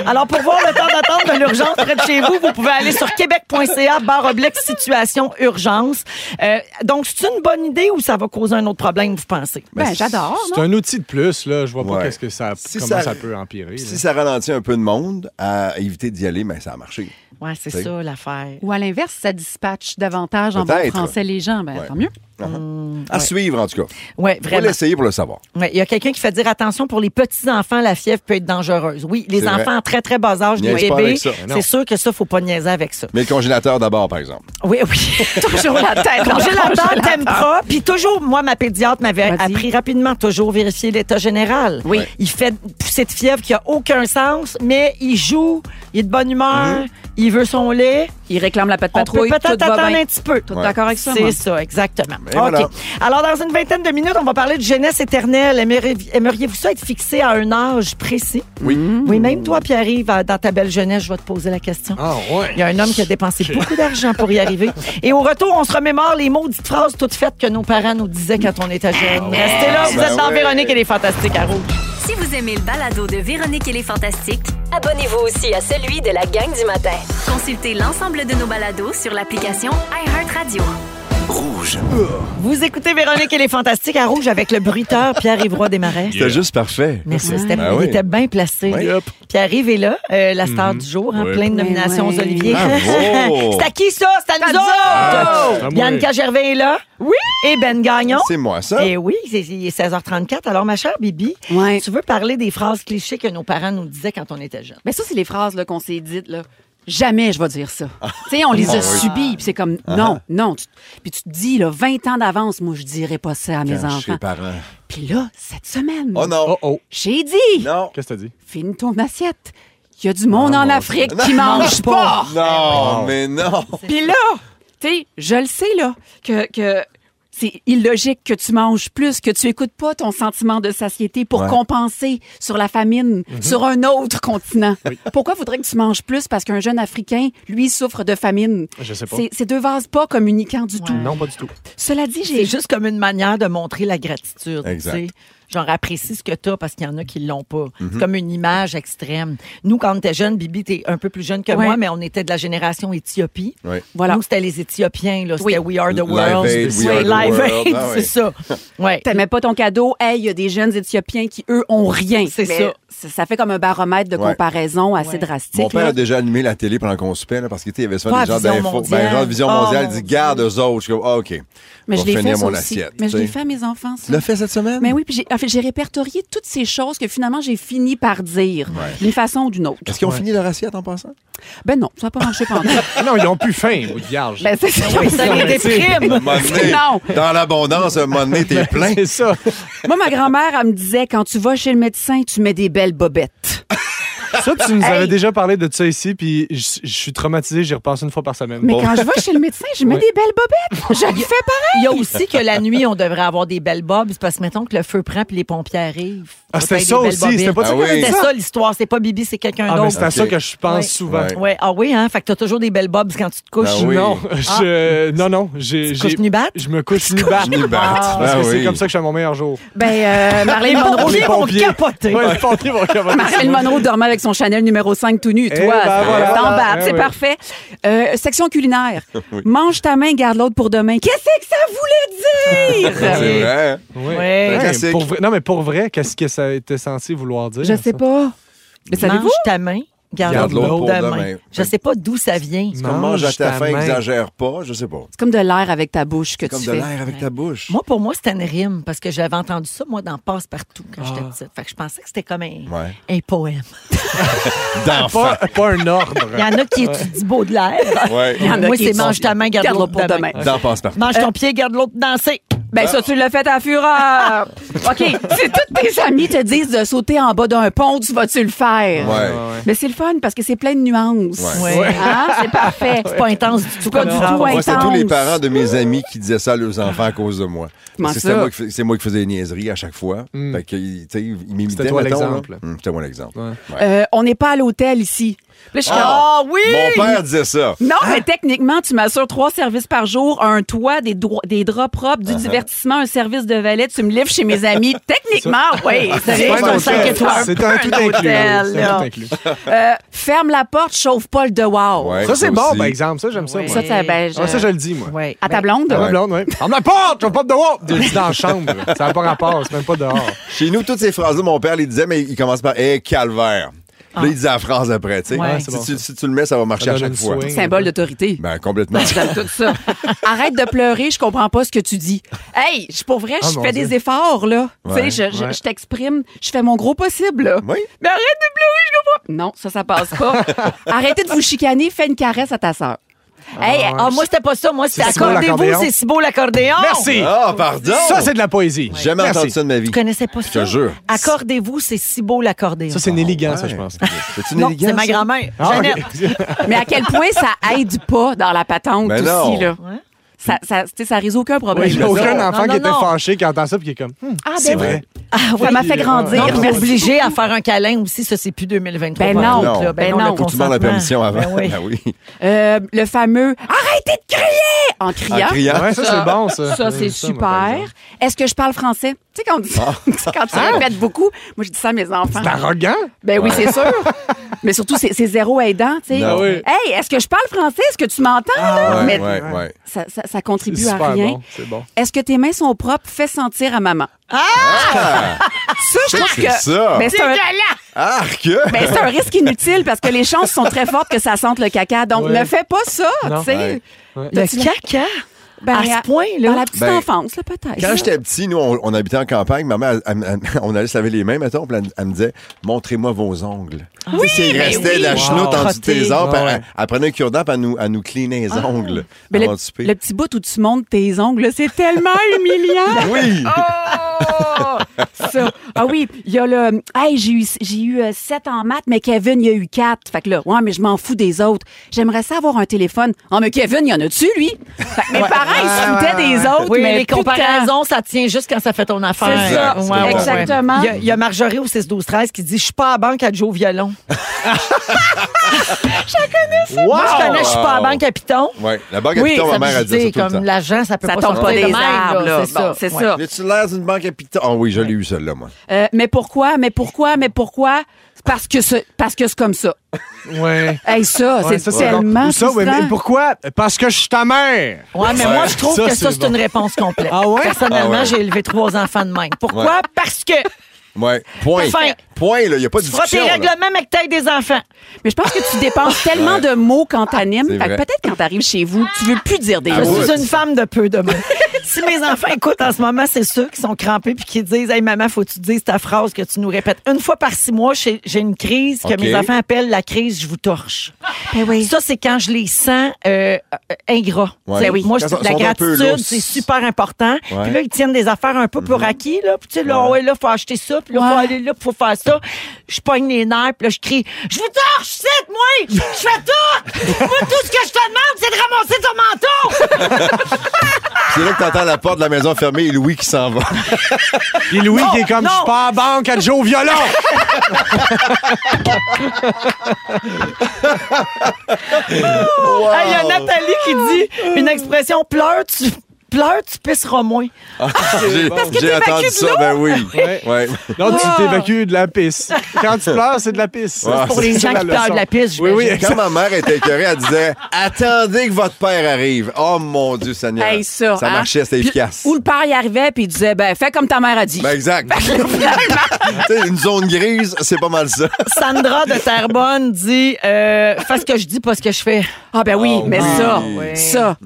Alors, pour voir le temps d'attente de l'urgence près de chez vous, vous pouvez aller sur québec.ca barre oblique situation urgence. Euh, donc, c'est une bonne idée ou ça va causer un autre problème, vous pensez? Ben, j'adore, C'est non? un outil de plus, là. Je vois pas Ouais. qu'est-ce que ça, Si comment ça- ça, peut empirer. là. Si ça ralentit un peu de monde, à éviter d'y aller, mais ça a marché. Ouais, c'est Oui. ça l'affaire. Ou à l'inverse, ça dispatche davantage en bon Peut-être. français les gens. Ben, Ouais. tant mieux. À suivre, en tout cas. Ouais, Faut vraiment. l'essayer pour le savoir. Ouais, Il y a quelqu'un qui fait dire attention pour les petits enfants, la fièvre peut être dangereuse. Oui, les C'est enfants vrai. en très très bas âge, les Niaise pas bébés, avec ça. Non. c'est sûr que ça faut pas niaiser avec ça. Mais le congélateur d'abord, par exemple. Oui, oui. Toujours la tête. Congélateur, t'aimes pas. Puis toujours, moi, ma pédiatre m'avait Vas-y. appris rapidement, toujours vérifier l'état général. Oui. Il fait pousser de fièvre qui a aucun sens, mais il joue, il est de bonne humeur, il veut son lait. Il réclame la patte On peut Hein? patrouille. peut-être tout va attendre bien. un petit peu. Tout d'accord avec ça, moi? C'est ça, exactement. Et voilà. OK. Alors, dans une vingtaine de minutes, on va parler de jeunesse éternelle. Aimeriez- Aimeriez-vous ça être fixé à un âge précis? Oui. Oui, même toi, Pierre-Yves, à- dans ta belle jeunesse, je vais te poser la question. Ah, ouais. Il y a un homme qui a dépensé beaucoup d'argent pour y arriver. Et au retour, on se remémore les maudites phrases toutes faites que nos parents nous disaient quand on était jeunes. Restez là, vous Ben êtes dans ouais. Véronique et les Fantastiques à Rouge. Si vous aimez le balado de Véronique et les Fantastiques, Abonnez-vous aussi à celui de la gang du matin. consultez l'ensemble de nos balados sur l'application iHeartRadio. Vous écoutez Véronique et les Fantastiques à Rouge avec le bruiteur Pierre-Yves Roy Desmarais. C'était juste parfait. Merci, c'était- Ben il oui. était bien placé. Oui. Yep. Pierre-Yves est là, euh, la star du jour, en Oui. plein de Mais nominations oui. aux Olivier. Bravo. C'est à qui ça? C'est à nous nous autres! autres! Ah, Yann oui. Gervais est là. Oui! Et Ben Gagnon. C'est moi, ça. Eh oui, c'est- il est 16h34. Alors, ma chère Bibi, Ouais. tu veux parler des phrases clichés que nos parents nous disaient quand on était jeunes? Ben ça, c'est les phrases là, qu'on s'est dites. Là. Jamais je vais dire ça. tu sais, on les Ah a oui. subies. Puis c'est comme, non, non. Tu- puis tu te dis, là, 20 ans d'avance, moi, je dirais pas ça à mes Quand je suis enfants. parent. Puis là, cette semaine, Oh non. Oh, oh. j'ai dit, Non. Qu'est-ce que t'as dit? finis ton assiette. Il y a du monde en Afrique qui mange pas. Non, mais non. Puis là, tu sais, je le sais, là, que, que c'est illogique que tu manges plus, que tu écoutes pas ton sentiment de satiété pour Ouais. compenser sur la famine, sur un autre continent. Pourquoi faudrait que tu manges plus? Parce qu'un jeune Africain, lui, souffre de famine. Je sais pas. C'est- C'est deux vases pas communicants du tout. Non, pas du tout. Cela dit, C'est j'ai... juste comme une manière de montrer la gratitude. tu Exact. sais. Genre, apprécie ce que t'as parce qu'il y en a qui l'ont pas. Mm-hmm. C'est comme une image extrême. Nous, quand on était jeunes, Bibi, t'es un peu plus jeune que Ouais. moi, mais on était de la génération Éthiopie. Ouais. Voilà. Nous, c'était les Éthiopiens, là. C'était We Are the Live World. Aid, We Are the Live World. Aid, Ah c'est ouais. ça. Ouais. T'aimais pas ton cadeau, hey, il y a des jeunes Éthiopiens qui, eux, ont rien. C'est Mais ça. ça. Ça fait comme un baromètre de Ouais. comparaison assez Ouais. drastique. Mon père là. a déjà allumé la télé pendant qu'on soupait, là, parce qu'il était- il avait souvent Pas des genres Vision d'infos. mondiale. Ben, genre de vision Oh, mondiale, mon il dit, Dieu. garde eux autres. Je suis comme, ah, OK. Mais va je l'ai fait, finir ça mon aussi. assiette. Mais je tu l'ai sais. fait à mes enfants. ça. Tu l'as fait cette semaine? Mais oui, puis j'ai en fait, j'ai répertorié toutes ces choses que finalement j'ai fini par dire d'une façon ou d'une autre. Est-ce qu'ils ont fini leur assiette en passant? Ben non, ça n'a pas marché pendant. Ah, Non, ils ont plus faim, bout de vierge. ben c'est ça. Ça les déprime. À un moment donné, Non. Dans l'abondance, à un moment donné, t'es plein. C'est ça. Moi, ma grand-mère, elle me disait quand tu vas chez le médecin, tu mets des belles bobettes. Ça, puis tu nous avais Hey. déjà parlé de ça ici, puis je je suis traumatisé, j'y repasse une fois par semaine. Mais Bon. quand je vais chez le médecin, je mets des belles bobettes. Je le fais pareil. Il y a aussi que la nuit, on devrait avoir des belles bobs parce que mettons que le feu prend puis les pompiers arrivent. Ah, Faut c'était être ça des belles aussi, c'était pas bobettes. ça Ah qu'on avait oui. dit C'était ça? ça l'histoire, c'est pas Bibi, c'est quelqu'un Ah, mais c'est d'autre. à ça Ok. que je pense souvent. Ouais. Ouais, ah oui, hein? Fait que t'as toujours des belles bobs quand tu te couches. Ah oui. Non, je, non, non, j'ai, Tu te couches j'ai- nu batte? je me couche nu batte. nu batte. Ah, Parce Ah que c'est oui. comme ça que je fais mon meilleur jour. Ben, euh, Marlène Les Monroe. pompiers vont pompiers. capoter. Ouais, les pompiers vont capoter. Marlène Monroe dormait avec son Chanel numéro 5 tout nu. Eh Toi, t'en ben voilà. bats, Eh c'est oui. parfait. Euh, section culinaire. Mange ta main, garde l'autre pour demain. Qu'est-ce que ça C'est voulait dire? vrai. hein? Ouais. Ouais. Ouais, Classique. pour vrai- non, mais pour vrai, qu'est-ce que ça était censé vouloir dire? Je sais ça? pas. Le savez-vous? Mange ta main, garde, Garde l'autre l'autre de pour main. demain. Je sais pas d'où ça vient. Non. Comme mange à ta ta faim, main. exagère pas, je sais pas. C'est comme de l'air avec ta bouche que C'est comme tu de fais. l'air avec ta bouche. Moi, pour moi, c'était une rime parce que j'avais entendu ça, moi, dans Passe-Partout quand j'étais Ah. petite. Fait que je pensais que c'était comme un, Ouais. un poème. D'enfant. Pas, pas un Il y ordre. en a qui étudient Baudelaire. Ouais. Il y en a Moi, qui c'est sont- mange ta main, garde l'autre pour demain. demain. D'en passe partout. Mange Euh, ton pied, garde l'autre danser. Ben ça, tu l'as fait à fureur. OK. Si tous tes amis te disent de sauter en bas d'un pont, tu vas-tu le faire? Ouais. Mais c'est le fun parce que c'est plein de nuances. Ouais. Ouais. Hein? C'est parfait. C'est pas intense du tout. Pas comme du ça. tout Moi, c'était tous intense. les parents de mes amis qui disaient ça à leurs enfants à cause de moi. Comment Parce que ça? c'était moi qui fais- C'est moi qui faisais des niaiseries à chaque fois. Fait que, tu sais, ils m'imitaient. Hmm. C'était toi mettons, l'exemple. là. Hum, C'était moi l'exemple. Ouais. Euh, on n'est pas à l'hôtel ici. Là, je suis Ah! comme, oui! Mon père disait ça. Non, Ah. mais techniquement, tu m'assures trois services par jour, un toit, des, dro- des draps propres, Ah, du divertissement, un service de valet. Tu me livres chez mes amis. Techniquement, oui. C'est Ah, Pas un hôtel. cinq étoiles. C'est un tout inclus. hôtel, oui, c'est là. un tout inclus. Euh, ferme la porte, chauffe pas le dehors. Ouais, Ça, c'est bon, aussi. par exemple. Ça, j'aime ça. Ouais. moi. Ça, ça, ben, je- Ah, ça, je le dis, moi. Ouais. À ta Ben, blonde? Ah, ma Ouais. blonde, oui. Ferme la porte, je vais pas me dehors. Oh! Je le dis dans la chambre. Ça n'a pas rapport, c'est même pas dehors. Chez nous, toutes ces phrases-là, mon père les disait, mais il commence par Eh, calvaire. Puis Là, il disait la phrase après. tu sais. Ouais. Si, C'est bon, tu, si tu le mets, ça va marcher Ça à donne chaque une fois. swing. Symbole d'autorité. Ben, complètement. J'aime tout ça. Arrête de pleurer, je comprends pas ce que tu dis. Hey, je pour vrai, Ah, je mon fais Dieu. des efforts là. Ouais. tu sais, je, je- Ouais. je t'exprime, je fais mon gros possible. là. Oui. Mais arrête de pleurer, je comprends. pas. Non, ça ça passe pas. Arrêtez de vous chicaner, fais une caresse à ta sœur. Hey, ouais. ah, Ah, moi, c'était pas ça. Moi, c'était C'est si beau accordez-vous, l'accordéon. c'est si beau l'accordéon. Merci. Ah, pardon. Ça, c'est de la poésie. J'ai jamais Merci. entendu ça de ma vie. Tu connaissais pas ça? te jure. Accordez-vous, c'est si beau l'accordéon. Ça, c'est une élégance, ça, Ouais. je pense. C'est une Non, élégance, c'est ma ça? grand-mère, Ah, ok. Jeannette. oh, mais à quel point ça aide pas dans la patente Ben aussi non. là. Ça, ça, tu sais, ça résout aucun problème. Il n'y a aucun enfant Non, non, qui était non. fâché qui entend ça et qui est comme Hum, Ah, c'est ben oui. vrai. Ah oui. Ça m'a fait Non, grandir. puis Merci. obligé à faire un câlin aussi, ça c'est plus 2023. Ben par non, contre, là. ben non. le Faut Faut que tu demandes la consentement. permission avant. Ben oui. Ben oui. Euh, le fameux arrêtez de crier en criant. En criant. Ouais, ça, c'est bon, ça. Ça, c'est J'aime moi, par super. exemple. Est-ce que je parle français? Tu sais, quand, on dit- quand tu répètes beaucoup, moi, je dis ça à mes enfants. C'est arrogant. Ben oui, c'est sûr. Mais surtout, c'est c'est zéro aidant, tu sais. Non. Ah, Ah oui. Hey, est-ce que je parle français? Est-ce que tu m'entends? là? Ouais, Mais ouais, ouais. Ça, ça, ça C'est contribue à super rien. bon. C'est bon. Est-ce que tes mains sont propres? Fais sentir à maman. Ça, je trouve C'est que... ça. Ben, c'est un, Arc! ben, c'est un risque inutile parce que les chances sont très fortes que ça sente le caca. Donc, Ouais. ne fais pas ça, tu Non. sais. T'as-tu Le la- caca, Ben, à ce Dans point-là. la petite Ben, enfance, là, peut-être. Quand j'étais petit, nous, on, on habitait en campagne. Maman, elle- elle- elle- on allait se laver les mains, mettons, puis elle, elle me disait Montrez-moi vos ongles. Ah Oui, c'est ben restait la chenoute en dessous de tes Crotté. ongles. puis Elle, Ouais. elle prenait un cure-dent, puis elle nous, elle nous cleanait Ah. les ongles Ben, Ah, avant le, de souper. le petit bout où tu montes tes ongles, là, c'est tellement humiliant. Oui! Ah. Ça. Ah oui, il y a le. Hey, j'ai eu, j'ai eu 7 en maths, mais Kevin, il y a eu 4. Fait que là, ouais, mais je m'en fous des autres. J'aimerais ça avoir un téléphone. Ah, mais Kevin, il y en a-tu, lui? Fait que mes parents, ils se foutaient des autres, Oui, mais les putain. comparaisons, ça tient juste quand ça fait ton affaire. C'est ça. Ouais, ouais, ouais. Exactement. Il y a- Il y, a Marjorie au 6-12-13 qui dit « Je suis pas à banque à Joe Violon. Moi, je Ah! connais « Je suis pas à banque à Piton Ouais, la ». banque à Oui, piton, ça ma mère, veut elle disait dire ça tout comme le temps. l'argent, ça peut Ça pas tombe sortir pas de des même, là, arbres, là. c'est Bon, ça. c'est Ouais. ça. As-tu l'air d'une banque à piton? Ah oui, je l'ai eu celle-là, moi. Euh, mais pourquoi? Mais pourquoi? Mais pourquoi? Parce que c'est, parce que c'est comme ça. Ouais. Hey, ça, Ouais, c'est ça, bon. tellement Ou ça, ouais, frustrant. mais Pourquoi? Parce que je suis ta mère. Ouais, mais moi, je trouve Ça, que ça, c'est c'est bon. une réponse complète. Ah ouais? Personnellement, Ah ouais. j'ai élevé trois enfants de même. Pourquoi? Ouais. Parce que Ouais. Point. Enfin. Point, là. Il n'y a pas de tu feras tes discussion. là. règlements, mais que t'aies des enfants. Mais je pense que tu dépenses tellement de mots quand Ah, t'animes. C'est Fait que vrai. peut-être quand t'arrives chez vous, tu veux plus dire des Ah Je mots. ouais. suis une femme de peu de mots. si mes enfants écoutent en ce moment, c'est ceux qui sont crampés puis qui disent Hey, maman, faut que tu dises ta phrase que tu nous répètes. Une fois par six mois, j'ai j'ai une crise que OK. mes enfants appellent la crise, je vous torche. Ça, c'est quand je les sens euh, euh, ingrats. Tu Ouais. sais, Ben oui. Moi, je, Quand ils la sont un peu gratitude, lousses. c'est super important. Ouais. Mhm. Puis là, ils tiennent des affaires un peu pour acquis. Là. Puis tu sais, là, ouais, là, faut acheter ça. Puis puis là, faut Ouais. aller là, puis faut faire ça. Je pogne les nerfs, puis là, je crie, je vous torche, c'est moi! Je fais tout! moi, tout ce que je te demande, c'est de ramasser ton manteau! C'est là que t'entends la porte de la maison fermée et Louis qui s'en va. Puis Louis qui est comme non. je pars à banque, elle joue au violon. Ah, Il y a Nathalie qui dit une expression, pleure, tu, pleure, tu pisseras moins. J'ai j'ai t'évacues entendu de ça, ben oui. Ouais. Ouais. Non, tu t'évacues de la pisse. Quand tu pleures, c'est de la pisse. Ouais, Pour les C'est gens ça, qui la pleurent de leçon. la pisse, Euh, Oui, oui, j'imagine. Quand ma mère était écœurée, elle disait Attendez que votre père arrive. Oh mon Dieu, Seigneur. Hey, ça, hein? marchait, c'était efficace. Ou le père y arrivait puis il disait ben fais comme ta mère a dit. Ben exact. Tu sais, une zone grise, c'est pas mal ça. Sandra de Terrebonne dit euh, Fais ce que je dis, pas ce que je fais. ah ben oui, mais ça, oui. ça,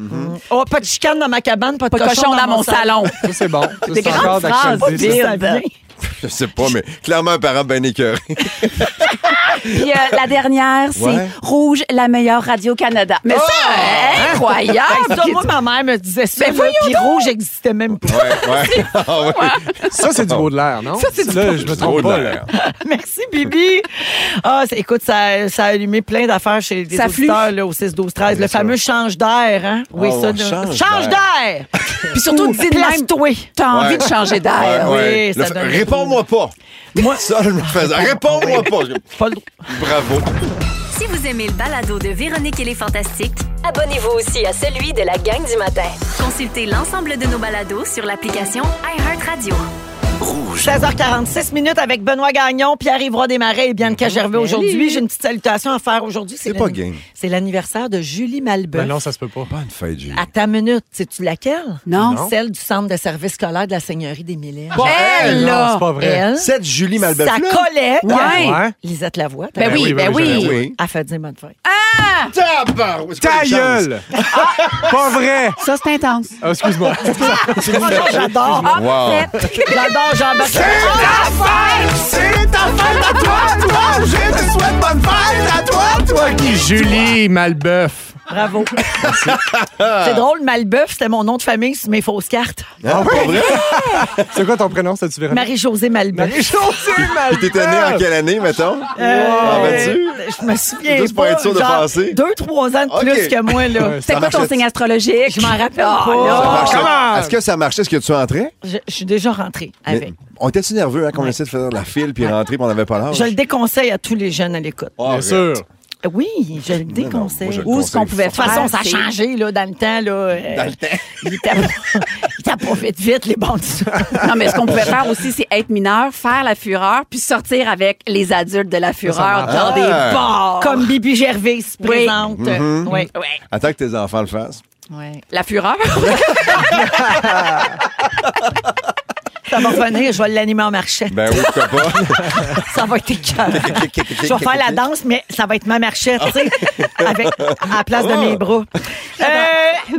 Oh, pas de chicane dans ma cabane, pas de, pas de cochon dans mon salon. Ça, c'est bon. Ça, Des c'est encore grandes phrases. Pas de d'actualité. ça vient. Je sais pas, mais clairement, un parent ben écœuré. Puis euh, la dernière, c'est Ouais. Rouge, la meilleure radio Canada. Mais Oh! ça, Hein? incroyable. Ça, moi, ma mère me disait ça. Ben là, voyons Puis rouge n'existait même pas. Ouais, ouais. Ah ouais. Ça, c'est du Baudelaire, non? Ça, c'est du Là, je me trompe Drôle pas. de là. l'air. Merci, Bibi. Ah, c'est- écoute, ça, ça a allumé plein d'affaires chez les Ça auditeurs là, au 6, 12, 13. Le fameux change d'air, hein? Oui, Oh, ça. on là. change change d'air! Puis surtout, dis de même, Place-toi. t'as envie Ouais. de changer d'air. Ouais, ouais. oui, ça Le- donne le Réponds-moi pas. Moi, ça, je me faisais. Réponds-moi pas. Pas le- Bravo. Si vous aimez le balado de Véronique et les Fantastiques, Abonnez-vous aussi à celui de la gang du matin. consultez l'ensemble de nos balados sur l'application iHeartRadio. 16h46 minutes avec Benoît Gagnon, Pierre-Yves Desmarais et Bianca Gervais aujourd'hui. J'ai une petite salutation à faire aujourd'hui. Mhm. C'est pas game. C'est l'anniversaire de Julie Malbeuf. Ben non, ça se peut pas. Bonne fête, Julie. À ta minute, sais-tu laquelle? Non. Celle du centre de service scolaire de la Seigneurie des Mille. Bon, ben Elle, elle, Non, là. c'est pas vrai. Elle, Cette Julie Malbec. sa collègue, Ouais. Ouais. Lisette Lavoie, Ben oui, ben oui. oui. a fait dire bonne fête. Tabarou- c'est Ta quoi les chances? gueule! Pas vrai! Ça, c'est intense. Ah, excuse-moi. Franchement, j'adore. Ah, Wow. J'adore Jean-Baptiste. C'est ta fête à toi, toi! Je te souhaite bonne fête à toi, toi qui Julie Malbeuf. Bravo. Ah, C'est drôle, Malbeuf, c'était mon nom de famille sur mes fausses cartes. Ah, pas vrai? C'est quoi ton prénom, ça, tu verras? Marie-Josée Malbeuf. Marie-Josée Malbeuf! T'étais né en quelle année, mettons? Euh, Ah, ben, ben-tu? je me souviens Juste pour pas, être sûr de genre, passer. Deux, trois ans de Ok. plus que moi, là. Ouais, C'était quoi ton marchait- signe astrologique? Je m'en rappelle Ah, pas. là. Ça marchait. come on! Est-ce que ça marchait? Est-ce que tu entrais? Je, je suis déjà rentrée Mais avec. on était-tu nerveux hein, quand on essayait de faire de la file puis rentrer puis on n'avait pas l'âge? Je le déconseille à tous les jeunes à l'écoute. Ah, Bien arrête. sûr. Oui, je le Non, non, moi, je déconseille. le Ou- Où ce conseille qu'on pouvait de toute faire? façon, ça a c'est- changé là, dans le temps. Là, dans le temps. Il tapait pas vite, vite, les bandits. Non, mais ce qu'on pouvait faire aussi, c'est être mineur, faire la fureur, puis sortir avec les adultes de la fureur marche. dans des Ah. bars. Comme Bibi Gervais se présente. Mm-hmm. Oui. Ouais. Attends que tes enfants le fassent. Ouais. La fureur? Ça va revenir, je vais l'animer en marchette. Ben oui, pourquoi pas? Ça va être écœurant. Je vais faire la danse, mais ça va être ma marchette, tu sais, Ah. avec, à la place de Oh. mes bras. Euh,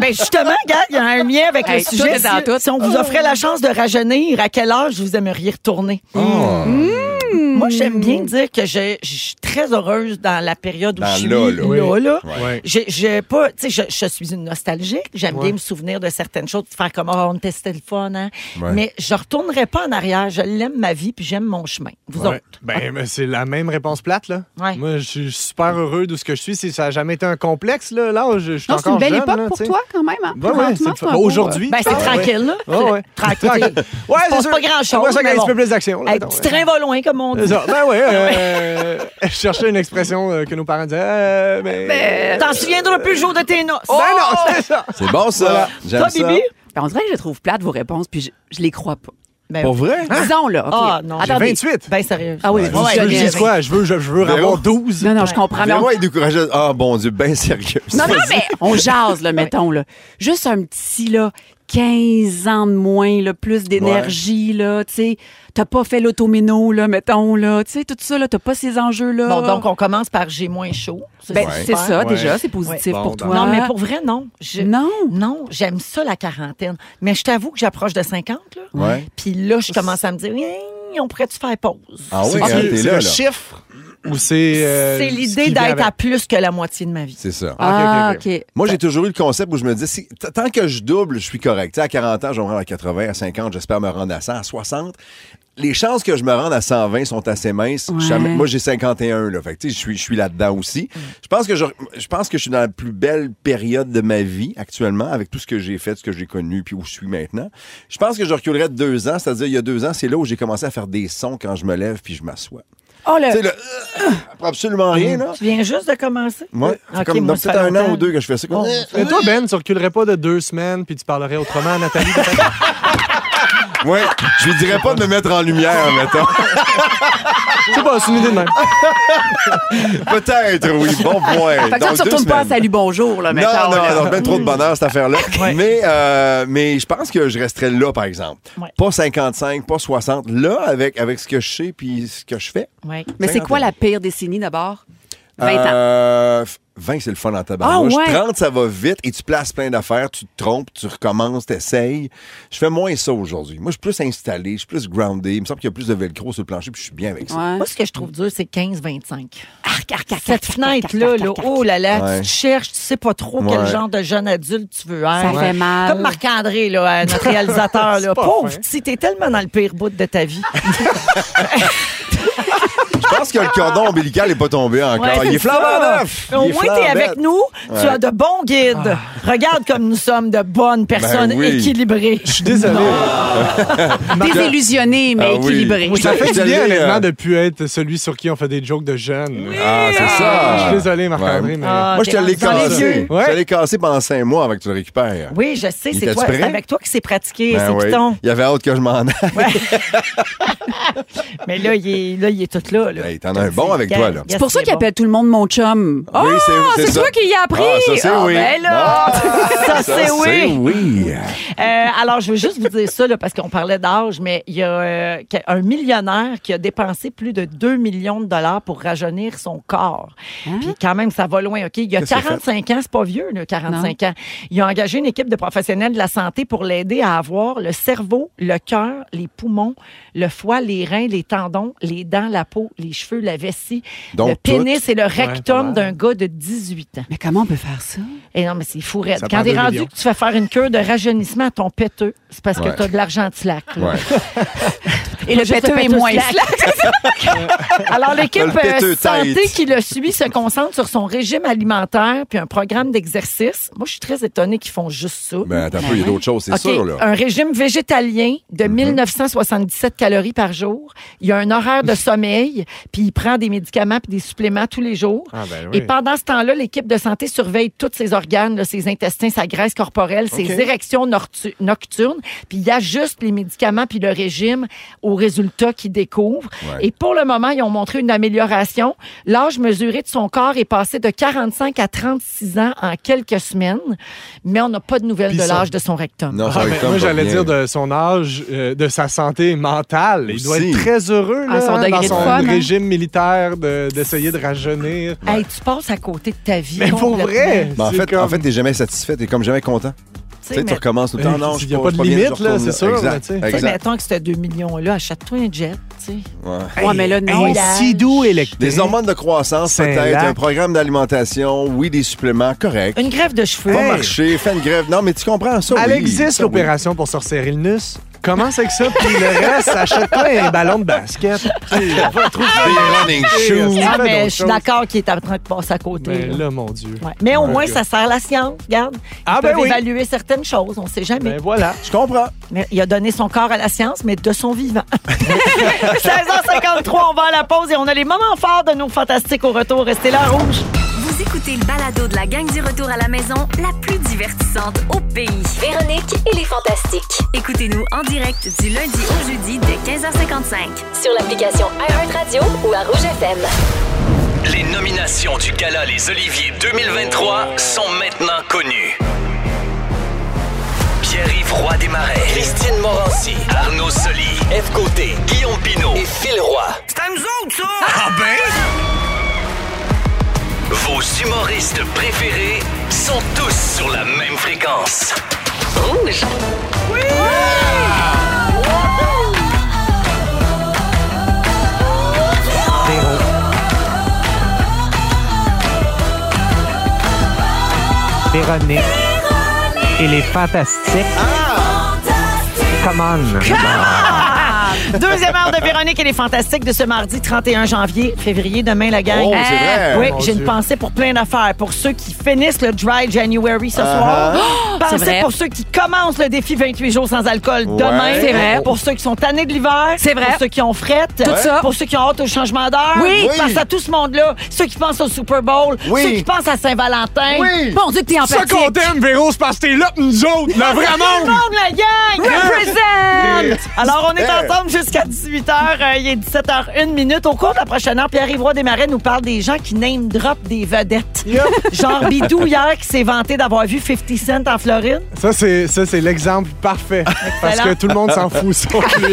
ben justement, regarde, il y a un lien avec le Hey, tout sujet. est dans Si- tout. Si on vous offrait la chance de rajeunir, à quel âge vous aimeriez retourner? Oh. Mmh. Moi, j'aime bien Mmh. dire que je, je suis très heureuse dans la période où Dans je suis là, là. là, là. Ouais. J'ai- j'ai pas, tu sais, je, je suis une nostalgique. J'aime bien me souvenir de certaines choses, de faire comme Ah, on testait le fun, hein. Ouais. Mais je retournerai pas en arrière. Je l'aime ma vie, puis j'aime mon chemin. Vous Ouais. autres. Ah. Ben, mais c'est la même réponse plate, là. Ouais. Moi, je suis super heureux de ce que je suis. C'est- Ça n'a jamais été un complexe, là. Là, je, je suis Non, c'est encore une belle jeune, époque là, pour tu sais. toi, quand même. hein? Ben ouais, Présentement, c'est le c'est fun. un beau, Aujourd'hui, Ben, c'est Ah, ouais. tranquille, là. Ah, ouais. Tranquille. Il se Ouais, passe pas c'est sûr. grand-chose, Moi, ça, mais un bon. petit peu plus d'action. là, Hey, mettons, petit ouais. train va loin, comme on C'est dit. ça. Ben ouais, euh, je cherchais une expression euh, que nos parents disaient. euh, mais... Ben, T'en souviendras plus le jour de tes noces. oh! Ben non, c'est ça. C'est bon, ça. Toi, Oh! J'aime ça. Bibi? Ben, on dirait que je les trouve plates, vos réponses, puis je, je les crois pas. Ben, Pour vrai? Hein? Disons, là. ok. Ah, non. J'ai Attendez. 28. ben sérieux. Ah oui, Ouais. vous Je veux- savez. je dis quoi? Je veux, je, je veux Véro. avoir 12. Non, non, je comprends. mais on- Vraiment, il est découragé. Ah, bon Dieu, ben sérieux. Non, non, mais on jase, là, mettons, là. Juste un petit, là, 15 ans de moins, là, plus d'énergie, là, tu sais. T'as pas fait l'automéno, là, mettons, là, tu sais, tout ça, là, t'as pas ces enjeux-là. Bon, donc on commence par j'ai moins chaud. Ben, Ouais. c'est super. ça, Ouais. déjà, c'est Ouais. positif Bon, pour ben. toi. Non, mais pour vrai, non. Je- Non. Non, j'aime ça, la quarantaine. Mais je t'avoue que j'approche de 50, là. Ouais. Puis là, je commence à me dire, Hey, on pourrait-tu faire pause? Ah oui, C'est hein, c'est t'es là, le là. chiffre ou c'est. euh, c'est ce l'idée qui vient d'être à avec? plus que la moitié de ma vie. C'est ça. Ah, ok, OK. ok, Moi, j'ai toujours eu le concept où je me dis, si- t- tant que je double, je suis correct. Tu sais, à 40 ans, je vais me rendre à 80, à 50, j'espère me rendre à 100, à 60. les chances que je me rende à 120 sont assez minces. Je suis à- Ouais. moi, j'ai 51, là. Fait que, tu sais, je suis, je suis là-dedans aussi. Mm. Je pense que je, je pense que je suis dans la plus belle période de ma vie actuellement, avec tout ce que j'ai fait, ce que j'ai connu, puis où je suis maintenant. Je pense que je reculerais de deux ans, c'est-à-dire il y a deux ans, c'est là où j'ai commencé à faire des sons quand je me lève puis je m'assois. Oh, Tu sais, le... le euh, pour absolument rien, là. Tu viens juste de commencer? Moi, c'est Mm. Euh, Ok, comme moi, donc, ça c'est fait un an longtemps. Oh, ou deux que je fais ça. comme- euh, Bon. Et toi, Ben, tu reculerais pas de deux semaines, puis tu parlerais autrement à Nathalie. peut-être? Ouais, je lui dirais pas de me mettre en lumière, mettons. C'est pas, c'est une idée de même. Ah, Peut-être, oui. Bon point. Fait Donc, que ça, tu deux retournes pas à semaines. Salut Bonjour, là, mettons, Non, là. non, non, ben trop de bonheur, cette affaire-là. Ouais. Mais, euh, mais je pense que je resterais là, par exemple. Ouais. Pas 55, pas 60. Là, avec, avec ce que je sais puis ce que je fais. Ouais. Mais c'est quoi la pire décennie d'abord? 20 ans. Euh, f- 20, c'est le fun en tabarnouche. Ah, ouais. 30, ça va vite et tu places plein d'affaires, tu te trompes, tu recommences, t'essayes. Je fais moins ça aujourd'hui. Moi, je suis plus installé, je suis plus groundé. Il me semble qu'il y a plus de velcro sur le plancher puis je suis bien avec ça. Ouais. Moi, ce que je trouve dur, c'est 15-25. Hein? Arc, arc, arc, Cette arc, arc, fenêtre-là, arc, là, arc, arc, arc. oh là là, Ouais. tu te cherches, tu sais pas trop quel Ouais. genre de jeune adulte tu veux Ça être. fait mal. Comme Marc-André, là, euh, notre réalisateur. là. pas Pauvre, fin. si t'es tellement dans le pire bout de ta vie. Je pense que le cordon ombilical n'est pas tombé encore. Ouais, Il est c'est ça. flambant neuf. Au Il est moins, t'es flambant avec neuf. Ah. nous, tu as de bons guides. Regarde comme nous sommes de bonnes personnes Ben oui. équilibrées. Je suis désolé. Désillusionné, mais Ah oui. équilibré. Oui. Ça fait Je du suis bien, allé, euh, honnêtement, de plus être celui sur qui on fait des jokes de jeunes. Ah, c'est ça. Je suis désolé, Marc-André, Ouais. mais... Ah, Moi, je te t'es l'ai rendu dans les cassé. vieux. Je te l'ai cassé pendant cinq mois avant que tu le récupères. Oui, je sais, Il c'est était-tu toi. prêt? C'est avec toi qui s'est pratiqué, Ben c'est oui. Python. Il y avait hâte que je m'en aille. Mais là, il est, là, il est tout là. là. Hey, T'en as un bon avec toi, là. C'est pour ça qu'il appelle tout le monde mon chum. Ah, Oh, Oui, c'est ça. toi qui y as appris. Ah, ça, c'est Ah, oui. ben là. Ça, c'est oui. oui. Euh, alors, je veux juste vous dire ça, là, parce qu'on parlait d'âge, mais il y a euh, que- un millionnaire qui a dépensé plus de 2 millions de dollars pour rajeunir son corps. Puis quand même, Hein? ça va loin, OK? Il y a Qu'est-ce qu'il a 45 ans, c'est pas vieux, là, 45 ans. Il a engagé une équipe de professionnels de la santé pour l'aider à avoir le cerveau, le cœur, les poumons, le foie, les reins, les tendons, les dents, la peau, les cheveux, la vessie, Donc, le pénis et le rectum mal. d'un gars de 18 ans. Mais comment on peut faire ça? Et Eh non, mais c'est fou, raide. Ça Quand prend t'es deux rendu millions. que tu fais faire une cure de rajeunissement à ton péteux, c'est parce Ouais. que t'as de l'argent de slack. là. Ouais. Et Le péteux est moins slack. Alors, l'équipe Le péteux euh, santé tight. qui le suit se concentre sur son régime alimentaire puis un programme d'exercice. Moi, je suis très étonnée qu'ils font juste ça. Ben, attends un peu, il y a d'autres choses, c'est OK, Ah, sûr, là. Mhm. Un régime végétalien de 1977 calories par jour. Il y a un horaire de sommeil, puis il prend des médicaments puis des suppléments tous les jours. Ah, ben oui. Et pendant ce temps-là, l'équipe de santé surveille tous ses organes, là, ses intestins, sa graisse corporelle, ses OK. érections nortu- nocturnes, puis il ajuste les médicaments puis le régime aux résultats qu'ils découvrent. Ouais. Et pour le moment, ils ont montré une amélioration. L'âge mesuré de son corps est passé de 45 à 36 ans en quelques semaines, mais on n'a pas de nouvelles Puis de ça- l'âge de son rectum. Non, Ah, ça mais rectum moi, va j'allais bien. dire de son âge, euh, de sa santé mentale. Il doit Aussi. être très heureux Ah, là, son hein, dans degré de son fun, hein. régime militaire de- d'essayer de, rajeunir. Hey, tu passes à côté de ta vie. Mais pour complètement. vrai! Ben, en c'est fait, en comme- fait, t'es jamais satisfait, t'es comme jamais content. Tu Tu sais, sais, tu mais- recommences tout le temps. Euh, Non, il je y a suis pas de je suis bien, limite, je là, retourne c'est sûr, mais Exact. tu sais. tu sais, exact. mettons que c'était 2 millions-là, achète-toi un jet, tu sais. Ouais. Ouais, mais là, non. Un là. si doux électrique. Des hormones de croissance, C'est peut-être, lac. un programme d'alimentation, oui, des suppléments, correct. Une grève de cheveux. Pas Hey. marcher, faire une grève. Non, mais tu comprends ça. Elle oui, existe, ça, oui. l'opération pour se resserrer le nus. Commence avec ça, puis le reste, achète-toi un ballon de basket. Des running shoes. Ah, fait mais d'autres je suis choses. d'accord qu'il est en train de passer à côté. Mais là. là, mon Dieu. Ouais. Mais au Ouais. moins, ça sert la science, regarde. Ils Ah, ben peuvent oui. évaluer certaines choses, on ne sait jamais. Ben voilà. Je comprends. Mais il a donné son corps à la science, mais de son vivant. 16h53, on va à la pause et on a les moments forts de nos fantastiques au retour. Restez là, rouge. Vous écoutez le balado de la gang du retour à la maison, la plus divertissante au pays. Véronique et les Fantastiques. Écoutez-nous en direct du lundi au jeudi dès 15h55. Sur l'application iHeartRadio ou à Rouge FM. Les nominations du Gala Les Oliviers 2023 sont maintenant connues. Pierre-Yves Roy Desmarais, Christine Morancy, Arnaud Soli, Eve Côté, Guillaume Pinault et Phil Roy. C'est à nous autres, ça! Ah ben! Vos humoristes préférés sont tous sur la même fréquence. Rouge. Véronique Ah! et les fantastiques. Come on. Deuxième heure de Véronique et les Fantastiques de ce mardi 31 janvier, février, demain, la gang. Oh, Ah, c'est vrai. oui, Mon j'ai une Dieu. pensée pour plein d'affaires. Pour ceux qui finissent le Dry January ce Uh-huh. soir. c'est Pensez vrai. pour ceux qui commencent le défi 28 jours sans alcool Ouais. demain. C'est vrai. Pour ceux qui sont tannés de l'hiver. C'est vrai. Pour ceux qui ont frette. Tout ça. Pour ceux qui ont hâte au changement d'heure. Oui. Oui. Pense à tout ce monde-là. Ceux qui pensent au Super Bowl. Oui. Ceux qui pensent à Saint-Valentin. Oui! Bon Dieu que t'es C'est ça qu'on empathique. t'aime, Véro, c'est parce que t'es là, pis nous autres, le vrai Tout le monde! monde, la gang! Represent! Alors, on est ensemble jusqu'à 18h. euh, il est 17h01 minute. Au cours de la prochaine heure, Pierre-Yvroy Desmarais nous parle des gens qui name drop des vedettes. Genre Bidou hier qui s'est vanté d'avoir vu 50 Cent en Floride. Ça, c'est, ça, c'est l'exemple parfait. Parce que tout le monde s'en fout, ça. Donc, ça,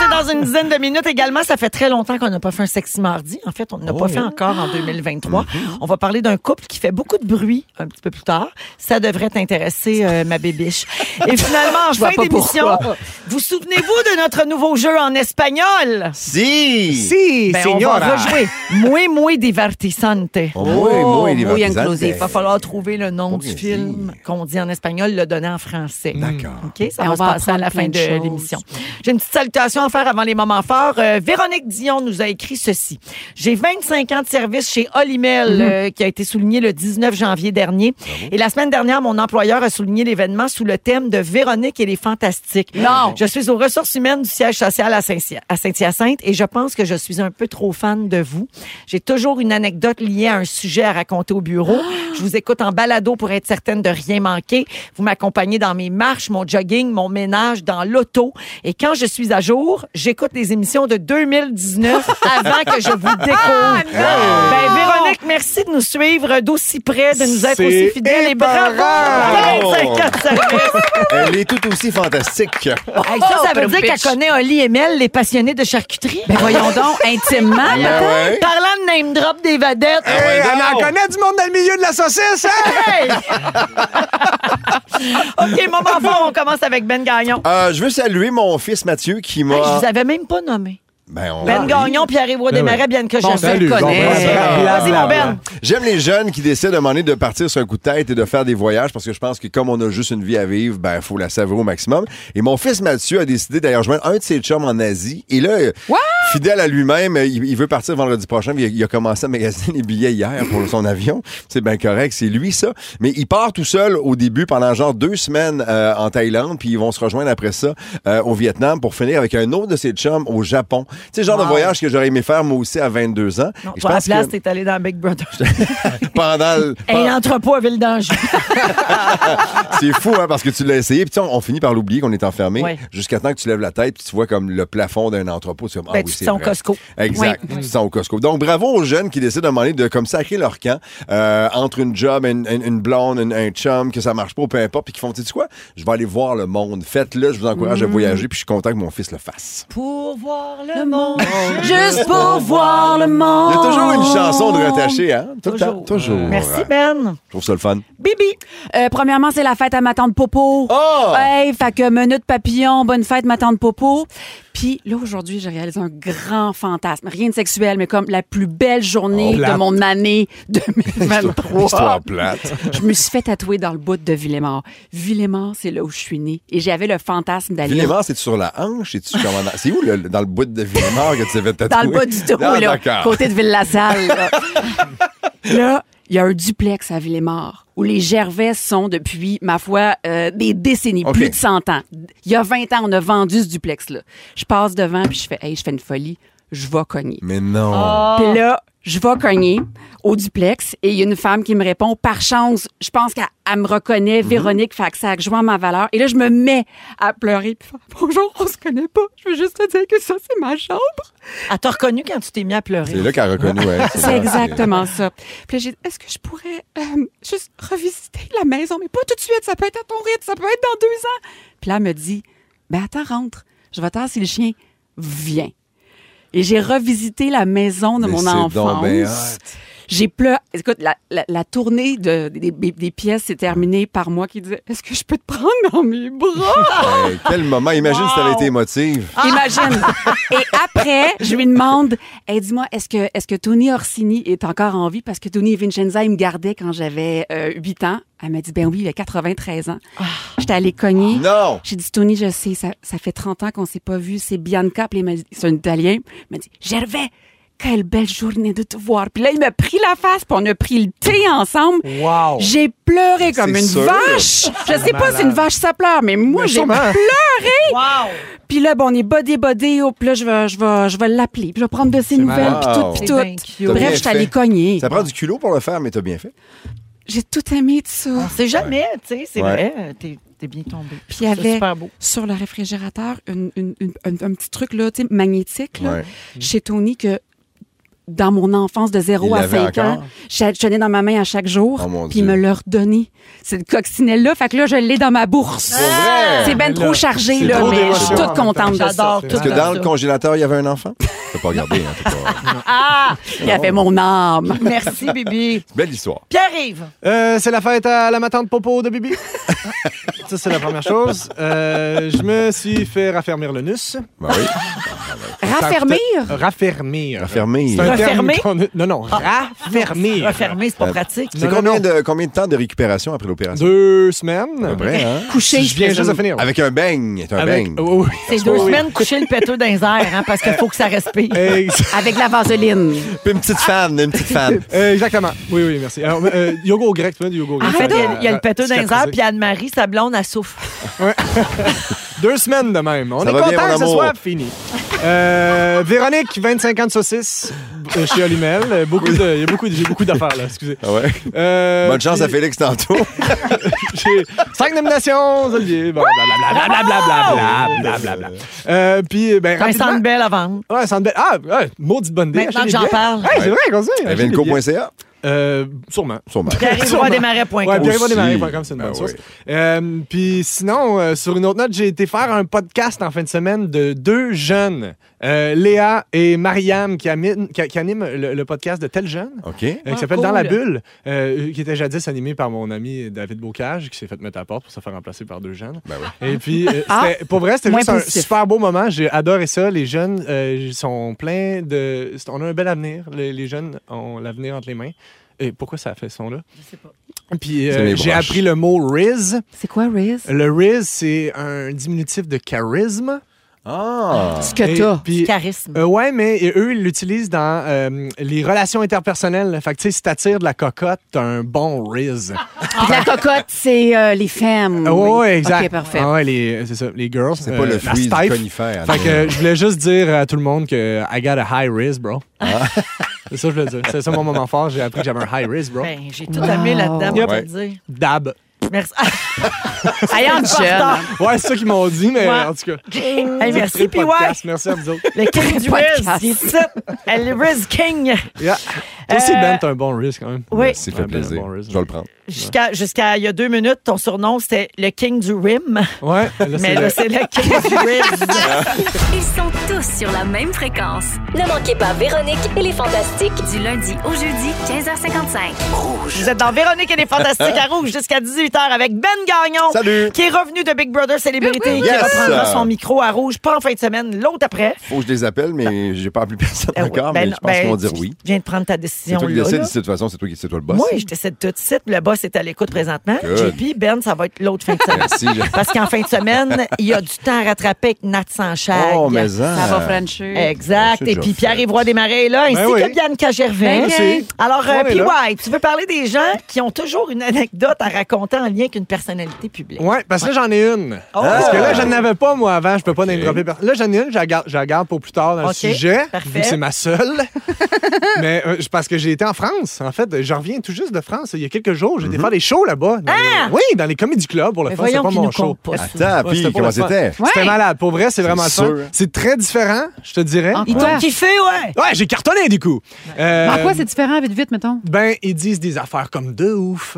c'est dans une dizaine de minutes également. Ça fait très longtemps qu'on n'a pas fait un sexy mardi. En fait, on n'a Oh. pas fait encore en 2023. Mm-hmm. On va parler d'un couple qui fait beaucoup de bruit un petit peu plus tard. Ça devrait t'intéresser, euh, ma bébiche. Et finalement, en Je vois fin pas d'émission, pourquoi. vous souvenez-vous de notre nouveau jeu en espagnol? Si! Si, Ben, on va signora. rejouer. Muy, muy divertisante. Oh, oui, Oh, oui, les muy partisans, inclusif. ben, Il va falloir trouver le nom Oh, du oui. film qu'on dit en espagnol, le donner en français. D'accord. OK? Ça Et va on se va passer à la fin apprendre de plein de choses. l'émission. J'ai une petite salutation à faire avant les moments forts. Euh, Véronique Dion nous a écrit ceci. J'ai 25 ans de service chez Mhm. Olimel, euh, qui a été souligné le 19 janvier dernier. Et la semaine dernière, mon employeur a souligné l'événement sous le thème de Véronique et les Fantastiques. Non. Je suis aux ressources humaines du siège social à Saint- à Saint-Hyacinthe et je pense que je suis un peu trop fan de vous. J'ai toujours une anecdote liée à un sujet à raconter au bureau. Je vous écoute en balado pour être certaine de rien manquer. Vous m'accompagnez dans mes marches, mon jogging, mon ménage, dans l'auto. Et quand je suis à jour, j'écoute les émissions de 2019 avant que je vous découvre. ben, Véronique, merci de nous suivre d'aussi près, de nous être C'est aussi fidèles et bravo! épeurant. 25 ans de service. Elle est tout aussi fantastique. Ah Hey, ça, ça Oh, veut dire Brumpitch. qu'elle connaît Oli et Mel, les passionnés de charcuterie. Ben voyons donc, intimement. Ben ouais. Parlant de name drop des vedettes. Hey, ben on en donc. connaît du monde dans le milieu de la saucisse, hein? Ah. Hey! OK, moment fort, on commence avec Ben Gagnon. Euh, je veux saluer mon fils Mathieu qui Hey, je m'a. vous avais même pas nommé. Ben, on- Ben Gagnon, Pierre-Yves Desmarais, bien que Bon, j'aime. salut. connais. Vas-y, mon Ben. J'aime les jeunes qui décident à un moment donné de partir sur un coup de tête et de faire des voyages parce que je pense que comme on a juste une vie à vivre, ben faut la savourer au maximum. Et mon fils Mathieu a décidé d'ailleurs joindre un de ses chums en Asie. Et là, euh, fidèle à lui-même, euh, il il veut partir vendredi prochain. mais Il a, il a commencé à magasiner les billets hier pour son avion. C'est bien correct, c'est lui ça. Mais il part tout seul au début pendant genre deux semaines euh, en Thaïlande, puis ils vont se rejoindre après ça euh, au Vietnam pour finir avec un autre de ses chums au Japon. C'est le genre de voyage que j'aurais aimé faire moi aussi à 22 ans. Non, Et je toi, à la pense que- place, t'es allé dans Big Brother. pendant le- Hey, l'entrepôt à Ville d'Anjou. Ah C'est fou, hein, parce que tu l'as essayé, puis tu sais, on, on finit par l'oublier qu'on est enfermé Ouais. jusqu'à temps que tu lèves la tête, puis tu vois comme le plafond d'un entrepôt. Tu, fais, ah Ben, oui, tu te c'est sens au vrai. Costco. Exact. Tu te sens au Costco. Donc, bravo aux jeunes qui décident à un moment donné de comme sacrer leur camp euh, entre une job, une, une- une blonde, une- un chum, que ça marche pas, peu importe, puis qui font, tu sais quoi, je vais aller voir le monde. Faites-le, je vous encourage Mm. à voyager, puis je suis content que mon fils le fasse. Pour voir le monde. Juste pour voir le Il monde. y a toujours une chanson de rattacher, hein? Tout le temps. Oh! Toujours. Toujours. Merci, Ben. Je trouve ça le fun. Bibi. Euh, premièrement, c'est la fête à ma tante Popo. Oh! Hey, fait que minute papillon, bonne fête ma tante Popo. Puis là aujourd'hui, j'ai réalisé un grand fantasme, rien de sexuel, mais comme la plus belle journée Oh, de plate. mon année Histoire 2023. plate. je me suis fait tatouer dans le bout de Villemort. Villemort, c'est là où je suis née et j'avais le fantasme d'aller Villemort, c'est sur la hanche, c'est tu comment c'est où le- le- dans le bout de Villemort que tu t'es fait tatouer dans le bas du trou, Ah, là, D'accord. côté de Ville-la-Salle. Là, Là, il y a un duplex à Villemort où les Gervais sont depuis, ma foi, euh, des décennies, OK. plus de 100 ans. Il y a 20 ans, on a vendu ce duplex-là. Je passe devant, puis je fais, hey, je fais une folie, je vais cogner. Mais non. Puis là, je vais cogner au duplex et il y a une femme qui me répond par chance, je pense qu'elle elle me Mhm. reconnaît, Véronique, fait que ça rejoint ma valeur. Et là, je me mets à pleurer puis faire, bonjour, on se connaît pas. Je veux juste te dire que ça, c'est ma chambre. Elle t'a reconnu quand tu t'es mis à pleurer. C'est là qu'elle a reconnu. hein, c'est C'est là, exactement ça. Puis là, j'ai dit, est-ce que je pourrais euh, juste revisiter la maison, mais pas tout de suite, ça peut être à ton rythme, ça peut être dans deux ans. Puis là, elle me dit, ben attends, rentre, je vais tasser le chien, viens. Et j'ai revisité la maison de Mais mon c'est donc enfance. bien hot. J'ai pleuré. Écoute, la, la- la tournée de- des, des- des pièces s'est terminée par moi qui disait Est-ce que je peux te prendre dans mes bras Hey, quel moment. Imagine si t'avais été émotive. Ah! Imagine. Et après, je lui demande hey, Dis-moi, est-ce que, est que Tony Orsini est encore en vie Parce que Tony Vincenza, il me gardait quand j'avais 8 ans. Elle m'a dit Ben oui, il a 93 ans. Ah! J'étais allée cogner. Non! J'ai dit, Tony, je sais, ça, ça fait 30 ans qu'on s'est pas vu. C'est Bianca. Puis il m'a dit- c'est un Italien. Il m'a dit, Gervais, quelle belle journée de te voir. Puis là, il m'a pris la face, puis on a pris le thé ensemble. Wow. J'ai pleuré comme C'est une sûr. vache. Je sais pas malade. si une vache, ça pleure, mais moi, Mais j'ai sûrement. pleuré. Wow! Puis là, bon, on est bodé-bodé. Oh, puis là, je vais, je vais, je vais l'appeler. Puis je vais prendre de ses nouvelles, puis malade. tout, puis C'est tout. bien cute. T'as bien Bref, je suis allée fait. cogner. Ça prend du culot pour le faire, mais t'as bien fait. J'ai tout aimé de ça. Ah. On sait jamais, tu sais, c'est Ouais. vrai. euh, T'es t'es bien tombé. Puis Je il y trouve ça avait super beau. sur le réfrigérateur une- une- une- un, un petit truc là, tu sais, magnétique là, Ouais. chez Tony que dans mon enfance de 0 Il à l'avait 5 encore? ans, je je tenais dans ma main à chaque jour, Oh, mon puis il Dieu. me le redonnait. Cette coccinelle-là, fait que là, je l'ai dans ma bourse. vrai? C'est ben Mais trop là, chargé, c'est là, trop mais je d'émotions suis en toute même temps. contente de ça. J'adore tout. Parce que Ah, dans ça. le congélateur, il y avait un enfant. T'as pas regardé, hein? t'as Pas... Il y avait mon âme. Merci, Bibi. Belle histoire. Pierre-Yves. Euh, c'est la fête à la matante popo de Bibi. ça, c'est la première chose. Euh, je me suis fait raffermir le nus. Ben oui. Raffermir? Raffermir. Raffermir. Ah. C'est un terme Refermer? qu'on a- Non, non, raffermir. Refermé, c'est pas Euh, pratique. C'est Non, combien non, de, combien de temps de récupération après l'opération? Deux semaines. À peu près, hein? Je Couché, viens juste de finir. Avec un beigne. t'as un Avec- beigne. oh, oui. C'est deux Oui. semaines coucher le péteux dans les airs, hein, parce qu'il faut que ça respire. Ex- avec la vaseline. Puis une petite fan, une petite fan. euh, exactement. Oui, oui, merci. Alors, euh, yoga au grec, tu mets du yoga au En grec. Euh, fait, il y a- il y a le péteux péteux dans les airs, puis Anne-Marie, sa blonde, elle souffle. Deux semaines de même. On Ça est va content bien, mon que ce amour. soit fini. Euh, Véronique, 25 ans de saucisses euh, chez Olimel. Euh, Beaucoup de, il y a beaucoup, de- j'ai beaucoup d'affaires là, excusez. Ah ouais. Euh, Bonne chance à puis- Félix tantôt. J'ai cinq nominations, Olivier. Bon, blablabla, blablabla, blablabla, blablabla. Euh, Puis, ben, Un rapidement. centre belle avant. Ouais, Centre Bell. Ah, ouais, maudite bonne idée. Maintenant que Achetez j'en des billets. parle. Ouais, c'est Ouais. vrai, qu'on sait. achetez des billets. Evenco.ca? Euh, Sûrement. Sûrement. Pierre-Yves, Sûrement. roidemarets.com. Ouais, Pierre-Yves Aussi. Roidemarets point com, c'est une bonne Ben source. oui. Euh, Puis sinon, euh, sur une autre note, j'ai été faire un podcast en fin de semaine de deux jeunes, euh, Léa et Mariam, qui, ami- qui- qui animent le, le podcast de Tel Jeune. OK. euh, qui s'appelle Dans la bulle, euh, qui était jadis animé par mon ami David Bocage, qui s'est fait mettre à la porte pour se faire remplacer par deux jeunes. Ben oui. Et puis, euh, Ah. c'était- pour vrai, c'était Moins juste un positif. super beau moment. J'ai adoré ça. Les jeunes euh, ils sont pleins de. c'est- On a un bel avenir. Les, les jeunes ont l'avenir entre les mains. Et pourquoi ça a fait ce son-là? Je sais pas. Puis, euh, C'est les j'ai broches. appris le mot Riz. C'est quoi, Riz? Le Riz, c'est un diminutif de charisme. Ah! Ce que Et t'as. puis- Charisme. euh, ouais, mais et eux, ils l'utilisent dans euh, les relations interpersonnelles. Fait que, tu sais, si t'attires de la cocotte, t'as un bon Riz. Puis Ah, la cocotte, c'est euh, les femmes. Ah ouais, ouais, exact. OK, parfait. Ah ouais, les- c'est ça, les girls. euh, C'est pas le fruit du conifère. Fait que euh, je voulais juste dire à tout le monde que I got a high risk, bro. Ah. C'est ça que je voulais dire. C'est ça mon moment fort. J'ai appris que j'avais un high risk, bro. Ben, j'ai tout aimé là-dedans, pour te Ouais. le dire. Dab. Merci. Ayant C'est jeune. important. Ouais, c'est ça qu'ils m'ont dit, mais Ouais. en tout cas. Hey, merci, Très puis ouais, podcast. Merci à vous autres. le King du Riz, Podcast. il est ici. Le Riz King. Yeah. Toi aussi, Euh, Ben, t'as un bon risk quand même. Oui, Ça fait Ouais, ben, plaisir. bon Je raison. vais le prendre. jusqu'à jusqu'à il y a deux minutes, ton surnom, c'était le King du Rim. Ouais, là, Mais c'est là, le- c'est le King du Riz. Ils sont tous sur la même fréquence. Ne manquez pas Véronique et les Fantastiques. Du lundi au jeudi, 15h55. Vous êtes dans Véronique et les Fantastiques à Rouge jusqu'à 18h avec Ben Gagnon. Salut. Qui est revenu de Big Brother Célébrité, qui Yes. reprendra son micro à Rouge, pas en fin de semaine, l'autre après. Faut que je les appelle, mais j'ai pas appelé personne Euh, encore, ben mais non, je pense ben, qu'ils vont dire tu oui. viens de prendre ta C'est décision toi qui là, décides, là. de toute façon, c'est toi qui c'est toi le boss. Moi, je décide tout de suite. Le boss est à l'écoute présentement. Good. JP, Ben, ça va être l'autre fin de semaine. Merci. Ben, je- Parce qu'en fin de semaine, il y a du temps à rattraper avec Nat Sanchag. Oh, mais hein. Ça va, Euh, ça. Frenchie. Exact. C'est Et déjà puis fait. Pierre-Yves des Marais est là, ainsi Ben oui. que Bianca Gervais. Ben oui. Alors, On euh, est PY, là. tu veux parler des gens qui ont toujours une anecdote à raconter en lien avec une personnalité publique. Ouais, parce que là, j'en ai une. Oh. Parce que là, je n'avais pas, moi, avant. Je peux pas name dropper personne. Là, j'en ai une, je la garde, je la garde pour plus tard dans Ok, le sujet. parfait. Vu que c'est ma seule. Mais euh, je- parce que j'ai été en France, en fait. Je reviens tout juste de France. Il y a quelques jours, j'ai été Mhm. faire des shows là-bas. dans les- Oui, dans les comédie clubs pour le Ah! Mais fun. C'est voyons pas qu'ils mon nous show. comptent pas ça. Attends, Ouais, Ah, puis pas comment le fun. c'était? C'était malade. Pour vrai, c'est vraiment le fun. sûr, hein. C'est très différent, je te dirais. Ils t'ont kiffé, ouais. Ouais, j'ai cartonné du coup. Euh, En quoi c'est différent, vite, vite, mettons? ben, ils disent des affaires comme de ouf.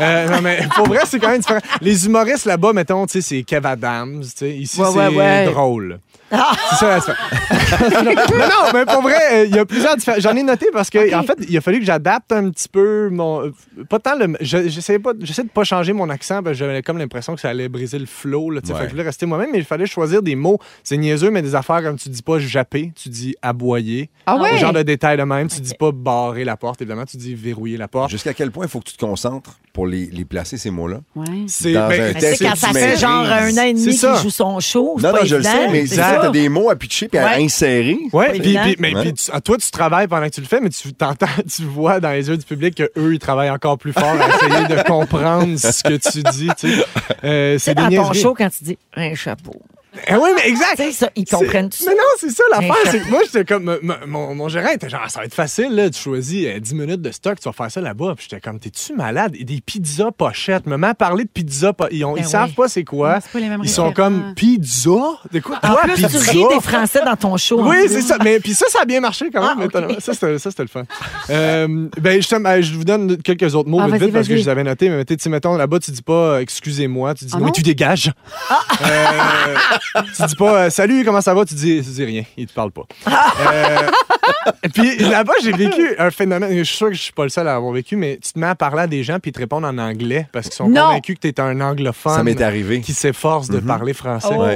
Euh, non, mais pour vrai, c'est quand même différent. Les humoristes là-bas, mettons, tu sais, c'est Kev Adams, tu sais. Ici, Ouais, Ah! c'est ouais, ouais. drôle. C'est ça, la sphère. non, non, mais pour vrai, euh, il y a plusieurs différents. J'en ai noté parce que, en fait, il a fallu que j'adapte un petit peu mon. euh, Pas tant le. je- J'essayais pas- j'essaie de pas changer mon accent, parce que j'avais comme l'impression que ça allait briser le flow. Là, tu sais. Ouais. Fait que je voulais rester moi-même, mais il fallait choisir des mots. C'est niaiseux, mais des affaires comme tu dis pas japper, tu dis aboyer. Ah Le ouais? genre de détail de même. Tu dis pas barrer la porte, évidemment, tu dis verrouiller la porte. Jusqu'à quel point il faut que tu te concentres pour les, les placer, ces mots-là? Ouais. C'est Dans ben, un Mais tu sais, texte quand ça tu fait maîtrises. genre un an et C'est demi ça. qu'il joue son show, Oh, c'est Non, pas non, je le évident, sais, mais c'est c'est ça. ça, t'as des mots à pitcher puis à insérer. pas Ouais, puis, évident. puis- mais Ouais. puis tu- à toi, tu travailles pendant que tu le fais, mais tu t'entends, tu vois dans les yeux du public que eux ils travaillent encore plus fort à essayer de comprendre ce que tu dis. Tu sais, Euh, Tu sais, c'est dans des ton niaiseries. show, quand tu dis un chapeau. Eh oui, mais Tu exact. sais, ça, ils C'est- comprennent tout ça. Mais non, c'est ça l'affaire. Mais- C'est que moi, j'étais comme. m- m- Mon, mon gérant était genre, Ah, ça va être facile, là. Tu choisis euh, 10 minutes de stock, tu vas faire ça là-bas. Puis j'étais comme, t'es-tu malade? Et Des pizzas pochettes. Maman a parlé de pizza po- Ils, ont- Ben ils savent oui. pas c'est quoi. Non, c'est pas les mêmes ils sont référents. comme, pizza? De quoi? En Toi, plus, pizza? tu ris des Français dans ton show. en Oui, plus. c'est ça. Mais puis ça, ça a bien marché quand Ah, même. ok. étonnamment. Ça, c'était ça, c'était le fun. Euh, ben, je, euh, je vous donne quelques autres mots Ah, vite, vas-y, vite, parce que vas-y. je les avais notés. Mais tu sais, mettons, là-bas, tu dis pas euh, excusez-moi, tu dis Ah non, non? mais tu dégages. Ah. Euh, tu dis pas euh, salut, comment ça va, tu dis, tu dis rien, il te parle pas. Euh, puis là-bas, j'ai vécu un phénomène. Je suis sûr que je suis pas le seul à avoir vécu, mais tu te mets à parler à des gens puis ils te répondent en anglais parce qu'ils sont Non. convaincus que tu es un anglophone Ça m'est arrivé. qui s'efforcent de parler français. Oh.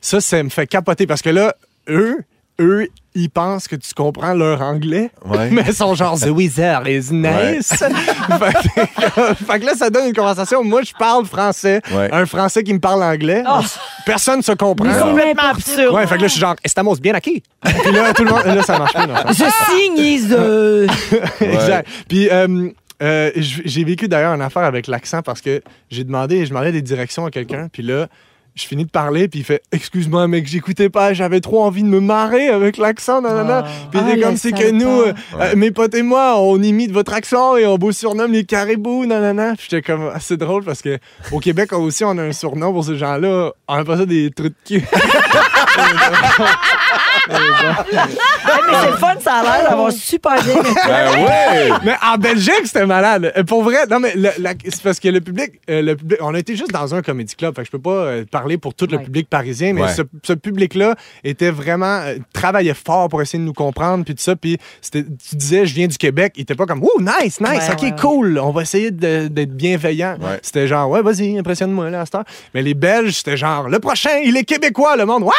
Ça, ça me fait capoter parce que là, eux, eux, ils pensent que tu comprends leur anglais, Ouais. mais ils sont genre The Wizard is nice. fait, que, fait que là, ça donne une conversation. où Moi, je parle français, Ouais. un français qui me parle anglais. Personne se comprend. C'est complètement absurde. Ouais, fait que là, je suis genre, estamos bien acquis. Puis là, tout le monde, là, ça marche pas. non, ça marche pas. Je signe, ils, euh, exact. Puis euh, euh, j- j'ai vécu d'ailleurs une affaire avec l'accent parce que j'ai demandé, je demandais des directions à quelqu'un, puis là, je finis de parler, puis il fait Excuse-moi, mec, j'écoutais pas, j'avais trop envie de me marrer avec l'accent, nanana. Puis il Ah, est comme le c'est que nous, euh, euh, mes potes et moi, on imite votre accent et on vous surnomme les caribous, nanana. Puis j'étais comme assez drôle parce que au Québec on- aussi, on a un surnom pour ces gens-là. On appelle ça des trucs de cul. Ah, mais c'est le fun, ça a l'air d'avoir super bien. Ben ouais! Mais en Belgique, c'était malade. Euh, Pour vrai, non, mais le- la- c'est parce que le public, euh, le public- on a été juste dans un comédie club, fait que je peux pas euh, parler pour tout le Ouais. public parisien, mais Ouais. ce, ce public-là était vraiment, euh, travaillait fort pour essayer de nous comprendre, puis tout ça, puis c'était- tu disais, je viens du Québec, il était pas comme, ouh, nice, nice, Ouais, ok, ouais, cool, on va essayer de- d'être bienveillant. Ouais. C'était genre, ouais, vas-y, impressionne-moi, là, à cette heure. Mais les Belges, c'était genre, le prochain, il est québécois, le monde, ouais!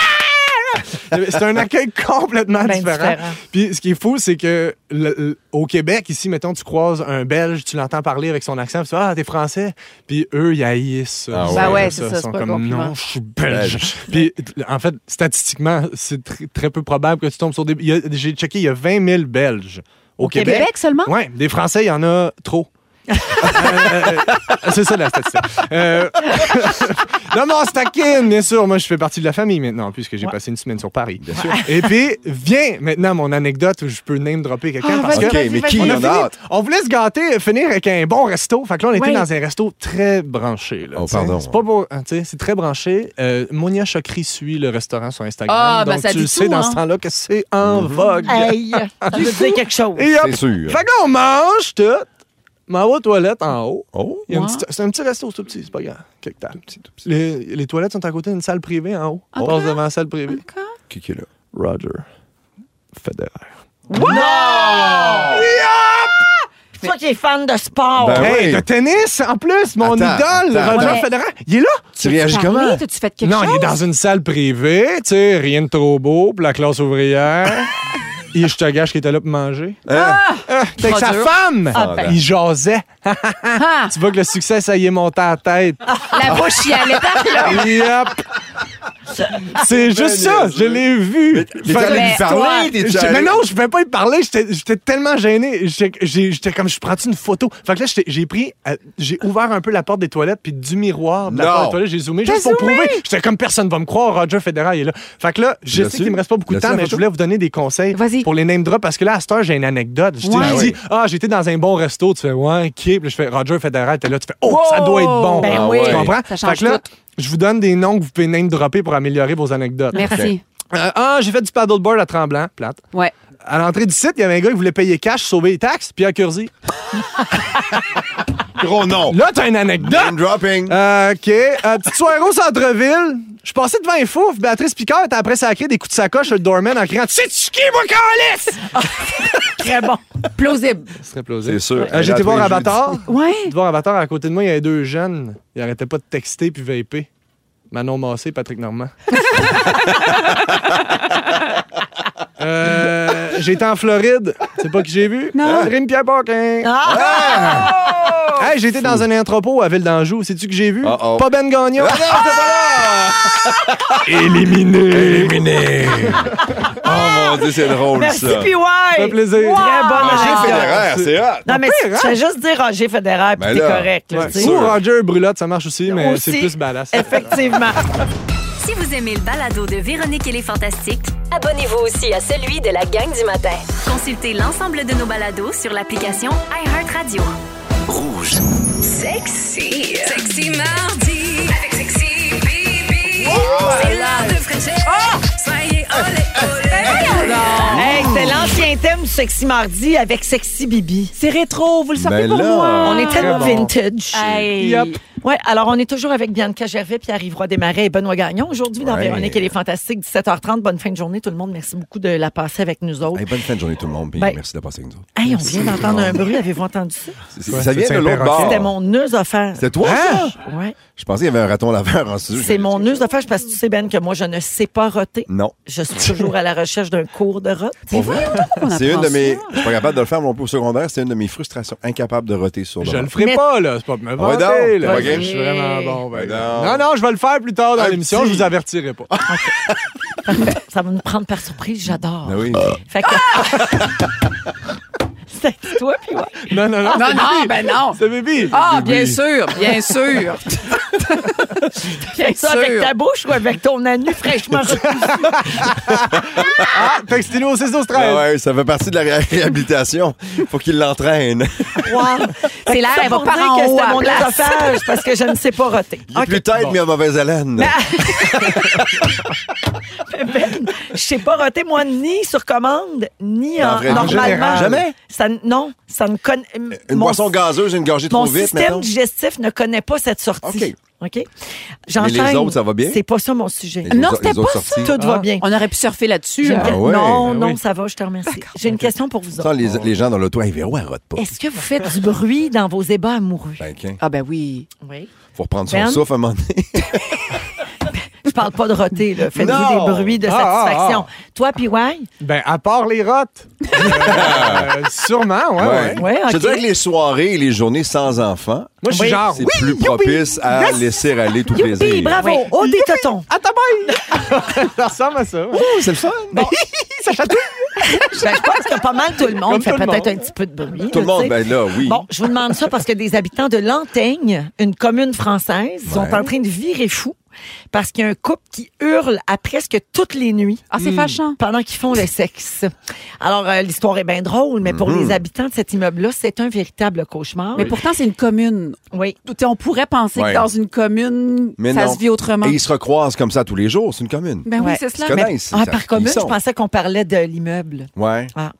C'était un accueil complètement Ben différent. différent. Puis ce qui est fou, c'est que le- le- au Québec, ici, mettons, tu croises un Belge, tu l'entends parler avec son accent, puis tu dis Ah, t'es français. Puis eux, ils haïssent. ça. Ah Ils ouais. Ben, aiment Ben ouais, c'est ça, Ils c'est sont pas un comme compliment. non, je suis belge. Puis t- en fait, statistiquement, c'est tr- très peu probable que tu tombes sur des. il y a- J'ai checké, il y a 20 000 Belges au, Québec. Québec seulement? Ouais, des Français, il y en a trop. Euh, euh, euh, c'est ça la statistique. Euh, non, mais on se taquine, bien sûr. Moi, je fais partie de la famille maintenant, puisque j'ai passé une semaine sur Paris. Bien sûr. Et puis, vient maintenant mon anecdote où je peux name-dropper quelqu'un. Ah, parce vas-y, que OK, mais qui on, on a a fini- hâte? on voulait se gâter, finir avec un bon resto. Fait que là, on était Ouais. dans un resto très branché. là, Oh, tu sais. pardon. C'est pas beau, hein, tu sais, c'est très branché. Euh, Monia Chokri suit le restaurant sur Instagram. Ah, ben, donc, ça tu dit le sais tout, dans hein. ce temps-là que c'est en Mhm. vogue. Aïe, ça veut dire quelque chose. Et hop, C'est sûr. fait qu'on mange tout. M'en vais aux toilettes en haut. Oh! Il y a une Ouais. petite- C'est un petit resto tout petit, c'est pas grand. Quelque temps. Les, les toilettes sont à côté d'une salle privée en haut. Ah On passe devant la salle privée. Qui qui est là? Roger Federer. Toi qui es fan de sport. Ben Ah hey, oui. de tennis en plus, mon Attends, idole, attends, Roger attends. Federer. Il est là. Tu réagis comment? Parler, T'as-tu fait quelque non, chose? il est dans une salle privée, tu sais, rien de trop beau pour la classe ouvrière. Et je te gâche qu'il était là pour manger. Hein? Ah, avec sa femme, ben. il jasait. Ah, Tu vois que le succès, ça y est monté à la tête. la bouche y allait. Yep. C'est Ben, juste ça, je l'ai vu. T'es allé lui parler? Je- t'es-tu mais allé- non, je pouvais pas y parler. J'étais j'étais tellement gêné. J'ai- j'ai- J'étais comme, je prends-tu une photo? Fait que là, j'étais- j'ai pris, euh, j'ai ouvert un peu la porte des toilettes, puis du miroir de la Non. porte des toilettes, j'ai zoomé juste pour prouver. J'étais comme, personne va me croire, Roger Federer il est là. Fait que là, je L'as-tu? sais qu'il me reste pas beaucoup de L'as-tu temps, la mais je photo? voulais vous donner des conseils Vas-y. pour les name drops, parce que là, à cette heure, j'ai une anecdote. Je t'ai- Ouais. je Ah dis, ah, j'étais dans un bon resto. Tu fais, ouais, ok. Puis là, je fais, Roger Federer était là. Tu fais, oh, ça doit être bon. Ben oui. Tu comprends? Ça change Fait que là, je vous donne des noms que vous pouvez name dropper pour améliorer vos anecdotes. Merci. Euh, ah, j'ai fait du paddleboard à Tremblant, plate. Ouais. À l'entrée du site, il y avait un gars qui voulait payer cash, sauver les taxes, Pierre Curzi. Gros non. Là, t'as une anecdote. Name dropping. Euh, OK. Euh, petite soirée au centre-ville. Je passais devant un fouf. Béatrice Picard était après sacrée des coups de sacoche sur le doorman en criant C'est-tu qui, moi, calice Très bon. Plausible. Ce serait plausible. C'est sûr. Euh, J'étais voir Avatar. Ouais. Devant Avatar, à côté de moi, il y avait deux jeunes. Ils arrêtaient pas de texter puis vaper. Manon Massé, Patrick Normand. Euh, J'étais en Floride. C'est pas qui j'ai vu? Non. Rime Pierre Paquin. Ah! Hey, j'étais dans un entrepôt à Ville d'Anjou. Sais-tu que j'ai vu? Uh-oh. Ah, Pas Ben Gagnon. Éliminé. oh mon dieu, c'est drôle Merci, ça. PY. Ça fait plaisir. Très bonne Ah, anecdote. Roger Federer, c'est hot. Non, mais tu fais juste dire Roger Federer, puis hein? Ben t'es là, correct. là, Ouais. tu sais. Ou Roger Brulotte, ça marche aussi, mais Aussi, c'est plus badass. Effectivement. Si vous aimez le balado de Véronique et les Fantastiques, Abonnez-vous aussi à celui de la gang du matin. consultez l'ensemble de nos balados sur l'application iHeartRadio. Rouge. Sexy. Sexy mardi. Avec Sexy Bibi. C'est l'heure de Frencher. Soyez olé olé. Hey, C'était l'ancien thème du Sexy Mardi avec Sexy Bibi. C'est rétro, vous le sortez Ben pour là. moi. On est tellement bon. vintage. Hey. Yep. Ouais, alors on est toujours avec Bianca Gervais, Pierre Yvroy Desmarais et Benoît Gagnon. Aujourd'hui, dans Ouais. Véronique et les Fantastiques, 17h30. Bonne fin de journée, tout le monde. Merci beaucoup de la passer avec nous autres. Hey, bonne fin de journée tout le monde, puis Ben- merci de passer avec nous autres. Hey, on vient d'entendre un bruit. Avez-vous entendu ça? C'est- c'est- ça vient c'est de l'autre un bord. C'était mon nœud offert. Ah. C'est toi Hein? ça? Ouais. Je pensais qu'il y avait un raton laveur en studio. C'est mon nœud offert parce que tu sais, Ben, que moi, je ne sais pas roter. Non. Je suis toujours à la recherche d'un cours de rote. Pour vrai? on C'est une apprend de ça. mes. Je suis pas capable de le faire non plus au secondaire. C'est une de mes frustrations. Incapable de roter sur le Je le bord. ferai Mais- pas, là. C'est pas pour me Ah ouais, donc, vanter, là. pas game. Je suis vraiment bon. ben, Ben non. non. non, je vais le faire plus tard dans Un l'émission. petit. Je vous avertirai pas. Ça va nous prendre par surprise. J'adore. Ah oui. Fait que. C'est toi, puis ouais. Non, non, non. Non, non, ben non. C'est bébé. Ah, bien sûr, bien sûr. bien Ça, avec sûr. ta bouche ou avec ton anus fraîchement rôti? Ah, textez-nous au 6 12 13 Ah ouais, ça fait partie de la ré- réhabilitation. Faut qu'il l'entraîne. C'est l'air, Ça elle va pour pas dire en que haut c'était à mon place. œsophage, parce que je ne sais pas roter. Il est plus tête, mais il a mauvaise haleine. ah, Ben, je sais pas roter, moi, ni sur commande, ni En en, vrai, en normalement. général. Jamais? Ça, ne- non, ça ne connaît... Une boisson gazeuse, une gorgée Mon trop vite, système mettons. digestif ne connaît pas cette sortie. OK. J'enchaîne. Mais les autres, ça va bien? C'est pas ça mon sujet. Les Non, autres- c'était les autres pas ça. sorties. Tout va bien. On aurait pu surfer là-dessus. J'ai une hein. que- Ah ouais. Non, Ah non, oui. ça va, je te remercie. J'ai une question pour vous Ça, autres. les, les gens dans l'auto, ils verront, elle rote pas. Est-ce que vous faites du bruit dans vos ébats amoureux? Ben, ok. Ah ben oui. Oui. Faut reprendre son Ben? souffle à un moment donné. Je parle pas de roter, là. Faites-vous Non. des bruits de Ah, ah, satisfaction. Toi, puis ouais? Ben, à part les rottes. Euh, sûrement, ouais. ouais. Ouais. Ah Ouais, Je te ok. dirais que les soirées et les journées sans enfants, Moi, je suis Oui. genre. c'est plus propice à laisser aller tout Youpi, plaisir. bravo! Oui. Oh, des totons! À ta baille! ça ressemble à ça. ouais. C'est le fun. ça chatouille. Ben, je pense que pas mal tout le monde Comme fait tout le peut-être un monde. petit peu de bruit. Tout le là, tu monde, sais. ben là, oui. Bon, je vous demande ça parce que des habitants de Lantaigne, une commune française, sont Ouais. en train de virer fou parce qu'il y a un couple qui hurle à presque toutes les nuits Ah, Hmm. c'est fâchant. pendant qu'ils font le sexe. Alors, euh, l'histoire est bien drôle, mais pour Hmm. les habitants de cet immeuble-là, c'est un véritable cauchemar. Mais pourtant, c'est une commune. Oui. T'sais, on pourrait penser Ouais. que dans une commune, Mais ça non. se vit autrement. Et ils se recroisent comme ça tous les jours, c'est une commune. Ben oui, Ouais. c'est Ils se cela. connaissent. Ah, ça- par ils commune, je sont. pensais qu'on parlait de l'immeuble. Ouais. Ah.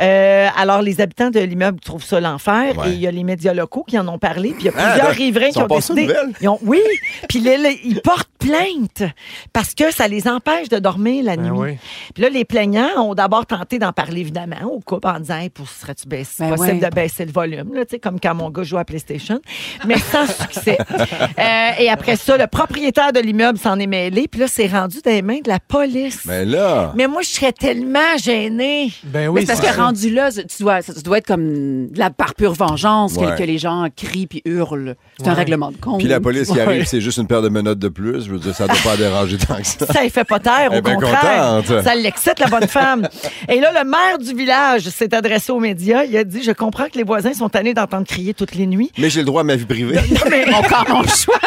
Euh, alors, les habitants de l'immeuble trouvent ça l'enfer Ouais. et il y a les médias locaux qui en ont parlé, puis il y a Ah, plusieurs donc, riverains ils qui ont ont passé une décidé. nouvelle? Ils ont, oui, puis là, là, ils portent plainte parce que ça les empêche de dormir la Ben nuit. oui. Puis là, les plaignants ont d'abord tenté d'en parler, évidemment, au couple en disant hey, pour serais-tu baissé- Ben possible ouais. de baisser le volume, là, tu sais, comme quand mon gars joue à PlayStation, mais sans succès. Euh, et après ça, le propriétaire de l'immeuble s'en est mêlé, puis là, c'est rendu dans les mains de la police. Mais Ben là, Mais moi, je serais tellement gênée. Ben Mais oui, c'est parce c'est que ça. rendu là, tu dois, ça doit être comme de la par pure vengeance que- Ouais. que, les gens crient puis hurlent. C'est un règlement de compte. puis la police qui arrive, c'est juste une paire de menottes de plus. Je veux dire, ça doit pas déranger tant que ça. Ça, elle fait pas taire, Elle au est bien contraire. contente. Ça l'excite, la bonne femme. Et là, le maire du village s'est adressé aux médias. Il a dit, je comprends que les voisins sont tannés d'entendre crier toutes les nuits. Mais j'ai le droit à ma vie privée. Mais Encore mon choix.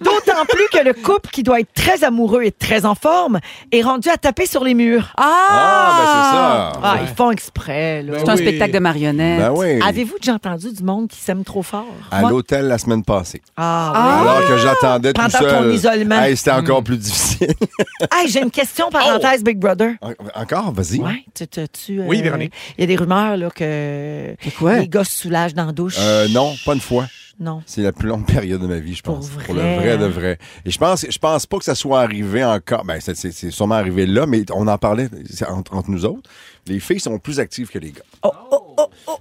D'autant plus que le couple qui doit être très amoureux et très en forme est rendu à taper sur les murs. Ah, ben c'est ça. Ah, ils font exprès, là. C'est un Oui. spectacle de marionnettes. Ben oui. Avez-vous déjà entendu du monde qui s'aime trop fort? À Moi- l'hôtel la semaine passée. Ah, Alors que j'attendais tout Pendant seul. ton isolement. Hey, c'était encore plus difficile. oui. Hey, j'ai une question, parenthèse, Oh! Big Brother. En- Encore, vas-y. Ouais, tu, tu, tu, euh, Oui, Véronique. Il y a des rumeurs là, que quoi? les gars se soulagent dans la douche. Euh, non, pas une fois. Non. C'est la plus longue période de ma vie, je Pour pense. vrai, Pour le vrai hein? de vrai. Et je pense, je pense pas que ça soit arrivé encore. Ben, c'est- c'est c'est sûrement arrivé là, mais on en parlait c'est entre, entre nous autres. Les filles sont plus actives que les gars.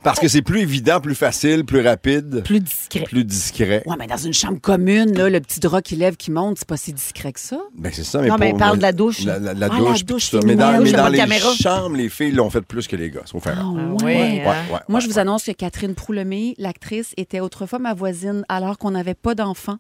Parce que c'est plus évident, plus facile, plus rapide, Plus discret. plus discret. Ouais, mais dans une chambre commune, là, le petit drap qui lève, qui monte, c'est pas si discret que ça. Ben, c'est ça, mais Non, mais pour- parle de la douche. La, la- la Ah, la douche, puis douche tout ça. Mais féminine. dans, La douche, mais y a dans pas de les caméra. chambres, les filles l'ont fait plus que les gars, sauf Ah, erreur. ouais. ouais, Ouais, ouais, Moi, je ouais, vous annonce que Catherine Proulemé, l'actrice, était autrefois ma voisine alors qu'on n'avait pas d'enfant.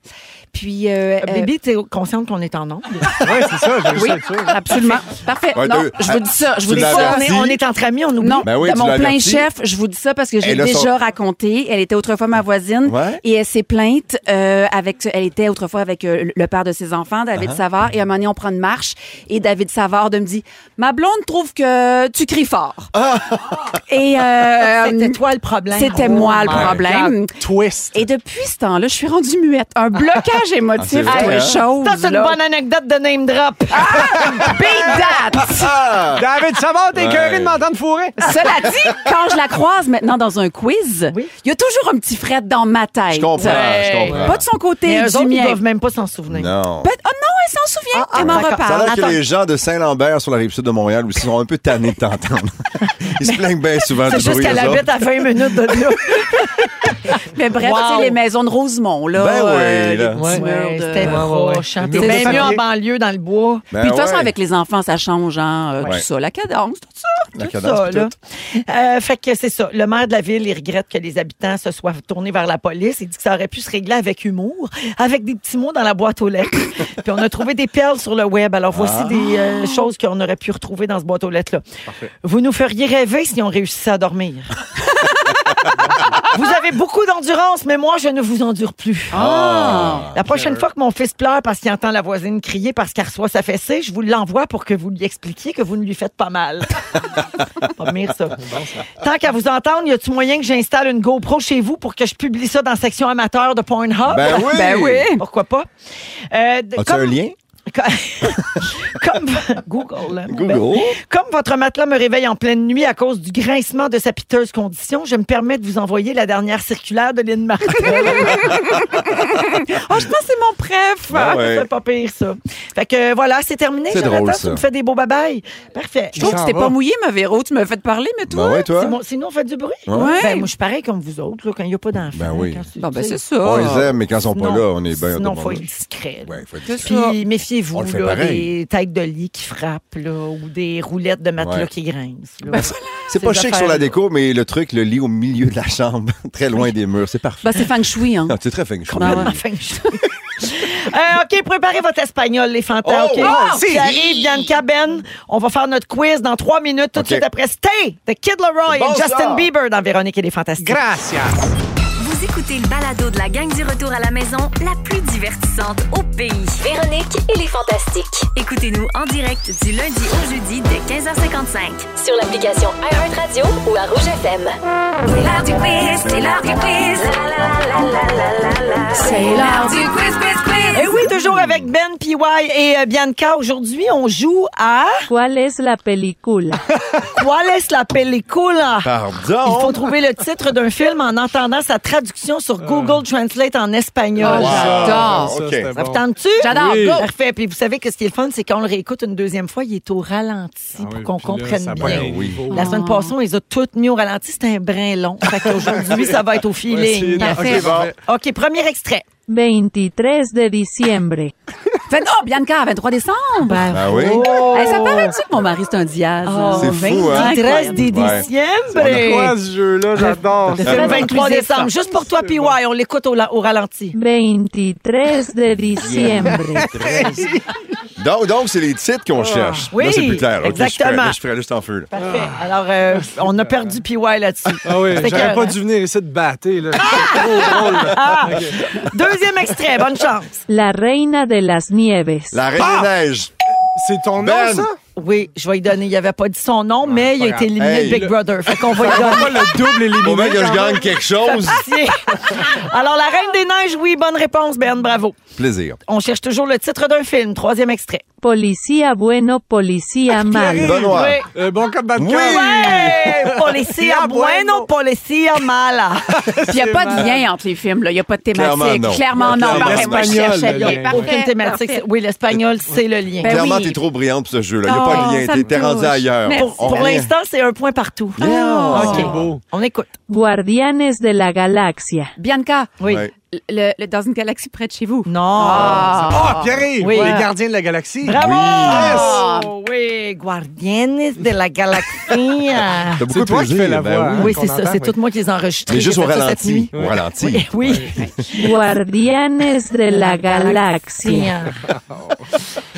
Puis. euh, Euh, euh, Bibi, t'es consciente qu'on est en nombre? Ouais, c'est ça, j'ai Oui, ça, tu Ah! sais. absolument. euh, Parfait. Ouais, Non, deux. je vous dis ça. Je Tu vous dis l'as ça. on, est, averti. on est entre amis, on oublie. Non, Ben oui, de tu mon l'as plein averti. chef, je vous dis ça parce que j'ai Elle a déjà son- raconté. Elle était autrefois ma voisine Ouais. et elle s'est plainte. euh, avec, elle était autrefois avec euh, le père de ses enfants, David Uh-huh. Savard. Et à un moment donné, on prend une marche et David Savard de me dit Ma blonde trouve que tu cries fort. Ah! Et euh, C'était toi le problème. c'était Oh moi le my problème. Twist. Et depuis ce temps-là, je suis rendue muette. Un blocage émotif Ah, vrai, pour les hein? choses. God. Ça, c'est une là. bonne anecdote de name drop. Ah, Beat that! Ah! David Savard, t'es Ouais. écœuré de m'entendre fourrer. Cela dit, quand je la croise maintenant dans un quiz, il Oui. y a toujours un petit fret dans ma tête. Euh, Je comprends, je comprends. Pas de son côté, Mais eux du autres, ils mien. doivent même pas s'en souvenir. Non. Peut- oh non, elle s'en souvient. Ah, elle m'en d'accord. Ça a reparle. l'air que Attends. les gens de Saint-Lambert sur la rive sud de Montréal aussi sont un peu tannés de t'entendre. Ils se plaignent bien souvent C'est du juste bruit. qu'elle eux habite autres. à 20 minutes de là. Mais bref, Wow. tu sais, les maisons de Rosemont, là. Ben oui, euh, là. les petits Ouais, murs de- c'était Ouais, ouais, proche. hein. ouais. T'es Le mur bien de mieux en famille. banlieue dans le bois. Ben Puis de toute façon, ouais. avec les enfants, ça change, hein, euh, Ouais. tout ça. La cadence, tout ça. La tout cadence, ça, puis là. tout. Euh, fait que c'est ça. Le maire de la ville, il regrette que les habitants se soient tournés vers la police. Il dit que ça aurait pu se régler avec humour, avec des petits mots dans la boîte aux lettres. Puis on a trouvé des perles sur le web. Alors voici des euh, choses qu'on aurait pu retrouver dans ce boîte aux lettres-là. Vous nous feriez rêver si on réussissait à dormir. vous avez beaucoup d'endurance, mais moi, je ne vous endure plus. Ah. La euh, prochaine fois que mon fils pleure parce qu'il entend la voisine crier parce qu'elle reçoit sa fessée, je vous l'envoie pour que vous lui expliquiez que vous ne lui faites pas mal. pas mire, ça. Tant qu'à vous entendre, y a-tu moyen que j'installe une GoPro chez vous pour que je publie ça dans la section amateur de Pornhub? Ben oui! Ben oui. Pourquoi pas? Euh, de- As-tu comme- un lien? comme Google. hein, mon bel. Google? Ben Comme votre matelas me réveille en pleine nuit à cause du grincement de sa piteuse condition, je me permets de vous envoyer la dernière circulaire de Lynn Martel. Oh, je pense que c'est mon préf. Ah ouais. C'est pas pire, ça. Fait que euh, voilà, c'est terminé. C'est Jonathan, drôle, tu ça. me fais des beaux babayes. Parfait. Je trouve que Ça t'es va. pas mouillé, ma Véro. Tu me fais parler, mais toi. Ben ouais, toi? C'est bon, sinon, on fait du bruit. Ouais. Ben, moi, je suis pareil comme vous autres, là, quand il n'y a pas d'enfants. Ben oui. Quand tu- Bon, ben, tu sais, c'est ça. On les aime, mais quand ils sont pas oh. sinon- là, on est bien Sinon, tout le faut monde. être discret. là. Ouais, faut être C'est discret. ça. Puis On méfiez-vous le fait là, pareil. des têtes de lit qui frappent là, ou des roulettes de matelas Ouais. qui grincent. Ben, là. C'est pas Ces chic sur la affaires-là. déco, mais le truc, le lit au milieu de la chambre, très loin des murs, c'est parfait. Ben, c'est feng shui, hein. Non, c'est très fin. je trouve. Ben ouais. Enfin, je- Euh, OK, préparez votre espagnol, les fantas. Oh, OK? oh, Si si. arrive Bianca Ben, on va faire notre quiz dans trois minutes, tout de OK. suite après Stay de Kid Leroy Bon et Justin ça. Bieber dans Véronique et les Fantastiques. Gracias. Vous écoutez le balado de la gang du retour à la maison, la plus divertissante au pays. Véronique et les Fantastiques. Écoutez-nous en direct du lundi au jeudi dès 15h55. Sur l'application iHeartRadio ou à Rouge FM. C'est l'heure du quiz, c'est l'heure du quiz. C'est l'heure du quiz, quiz, quiz. Et Eh oui, toujours avec Ben, PY et euh, Bianca. Aujourd'hui, on joue à ¿Cuál es la película? Qual es la película? Il Pardon! faut trouver le titre d'un film en entendant sa traduction sur Euh. Google Translate en espagnol. Oh, Ah, J'adore. Ça, Ok. c'était Ah, Ça vous bon. tente-tu? J'adore, Oui. go. Parfait. Puis vous savez que ce qui est le fun, c'est qu'on le réécoute une deuxième fois, il est au ralenti Ah pour oui, qu'on puis là, comprenne ça a pas bien. l'air Oui. beau. La Ah. semaine passée, on les a toutes mis au ralenti. C'était un brin long. Fait qu'aujourd'hui, ça va être au feeling. Ouais, c'est- Parfait. ok, parfait. OK, premier extrait. 23 de diciembre. Fait- Oh, Bianca, 23 décembre. Ben oui. Hey, oh. ça paraît-tu que mon mari, c'est un diaz? hein? C'est fou, hein? Dresse des Ouais. C'est quoi décembre. ce jeu-là? J'adore. Le ça. film 23 inclusif, décembre. Juste pour toi, PY, on l'écoute au, la- au ralenti. 23 de diciembre. Donc, donc, c'est les titres qu'on cherche. Ah, oui, là, c'est plus clair. Ok, je suis prêt. exactement. Là, je suis prêt, là, je suis en feu. là. Parfait. Alors, euh, on a perdu PY là-dessus. Ah oui, C'était j'aurais que- pas dû venir ici te battre. Là. C'est trop drôle. là. Ah! Deuxième extrait, bonne chance. La reina de las nieves. La Reine Ah! Bam! des Neiges. C'est ton Ben. nom, ça? Oui, je vais y donner. Il avait pas dit son nom, mais il a été éliminé Hey, de Big le- Brother. Fait qu'on va y On va donner. pas le double éliminé. Au moment que je quand gagne même. quelque chose, Tiens. Alors, La Reine des Neiges, oui, bonne réponse, Ben, bravo. plaisir. On cherche toujours le titre d'un film. Troisième extrait. Policía bueno, Ah, policía malo. Benoît. Oui. Euh, bon cop, bad cop. Oui. Hey, policia Ah, bueno. bueno, policia mala. Puis il n'y a pas de lien entre les films, là. Il n'y a pas de thématique. Clairement, non. Clairement, non. Clairement, Parfait, moi, je l'espagnol, cherchais le bien. lien. Parfait, Aucune thématique. parfait. Oui, l'espagnol, c'est le lien. Ben Clairement, oui. t'es trop brillante pour ce jeu-là. Il n'y a pas Oh, de lien. ça T'es- me T'es rendu touche. ailleurs. Merci. On Pour revient. l'instant, c'est un point partout. Ah. C'est OK. beau. On écoute. Guardianes de la galaxia. Bianca, Oui. Ouais. le, le- dans une galaxie près de chez vous. Non. Ah, Pierre, Oui. les gardiens de la galaxie. Bravo! Oui. Oh, oui, Guardianes de la Galaxia. T'as C'est toi pesé, qui fais la voix, hein? oui, qu'on c'est ça. entend, C'est oui. tout moi qui les enregistrés. Mais juste au J'ai fait ça cette ralenti. nuit. Au ralenti. Oui. oui. Guardianes de la galaxia.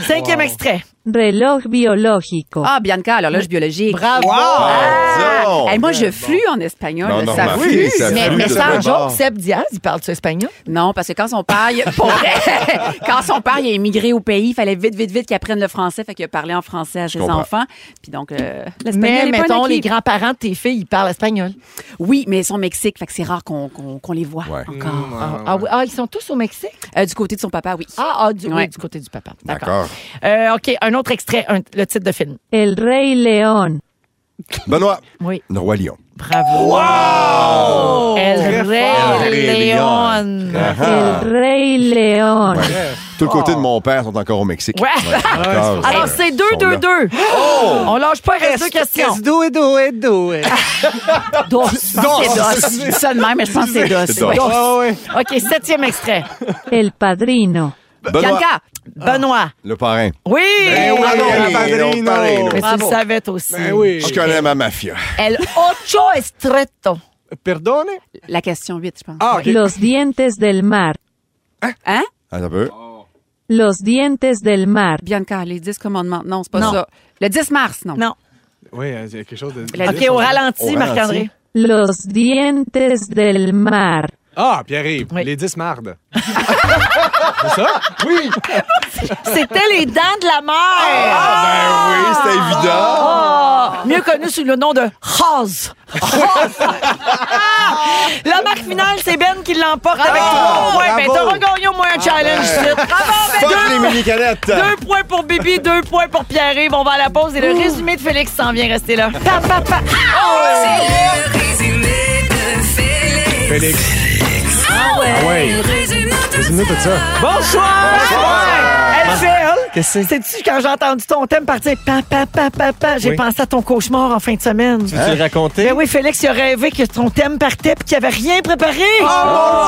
Cinquième extrait. Reloj biológico. Ah, Bianca, l'horloge biologique. Bravo! Euh, Ah, disons. Hey, moi, je flue en espagnol. Non, là, non, ça ma flue. fille, ça mais, flue mais de sans bonne joke. barre. Seb Diaz, il parle-tu espagnol? Non, parce que quand son père, il- pour vrai, quand son père il a immigré au pays, il fallait vite, vite, vite qu'il apprenne le français. Fait qu'il a parlé en français à ses comprends. enfants. Puis donc, euh, Mais l'espagnol est pas un mettons, acquis. les grands-parents de tes filles, ils parlent espagnol. Oui, mais ils sont au Mexique. Fait que c'est rare qu'on qu'on- qu'on les voit Ouais. encore. Ah, ah oui. Ah, ils sont tous au Mexique? Euh, du côté de son papa, oui. Ah, ah, du, oui, Ouais. du côté du papa. D'accord. D'accord. Euh, OK, un autre extrait, un- le titre de film. El rey león. Benoît. Oui. Le Roi Lion. Bravo. El fort. Rey León. Ah-ha. El rey león. Ah, Tout le côté de mon père sont encore au Mexique. Ouais. D'accord. Alors, Ils c'est sont 2 là. 2 2 On lâche pas, il reste deux questions. Ah, do it, do it, do it. Dos. Je pense Oh, que Oh, c'est dos. Je dis ça de même, mais je pense que c'est C'est dos. dos. ouais. Ah ouais. OK, septième extrait. El padrino. Benoît. Bianca, Benoît. Le parrain. Oui! Ben oui, Bravo. la padrino. Hey, padrino. Mais tu Bravo. le savais toi aussi. Ben oui. Je connais ma mafia. El ocho estreto. Perdone? la question 8, je pense. Ah, ok. Los dientes del mar. Hein? Attends un peu. Los dientes del mar. Bianca, les 10 commandements. Non, c'est pas Non. ça. Le 10 mars, non. Non. Oui, il y a quelque chose de. OK, au ralenti, Au Marc-André. ralenti. Los dientes del mar. Ah, Pierre, Oui. les 10 mardes. C'est ça? Oui. C'était les dents de la mer. Ah, ben oui, c'était évident. Ah! Mieux connu sous le nom de Haas. La marque finale, c'est Ben qui l'emporte avec trois points. Ben, bravo. t'auras gagné au moins un challenge. ici. Bravo, Ben! Fuck les Deux- mini-canettes. Deux points pour Bibi, deux points pour Pierre-Yves. On va à la pause et le résumé de Félix s'en vient. Restez là. Oh! Pa, pa, pa. Le résumé de Félix. Félix. Ah ouais. ouais. Résumé de Dis-nous tout ça. Bonsoir! LCL! Qu'est-ce que c'est? Sais-tu, quand j'ai entendu ton thème partir, pa, pa, pa, pa, pa, j'ai Oui. pensé à ton cauchemar en fin de semaine. Tu le racontais? Ben oui, Félix, il a rêvé que ton thème partait et qu'il avait rien préparé. Oh!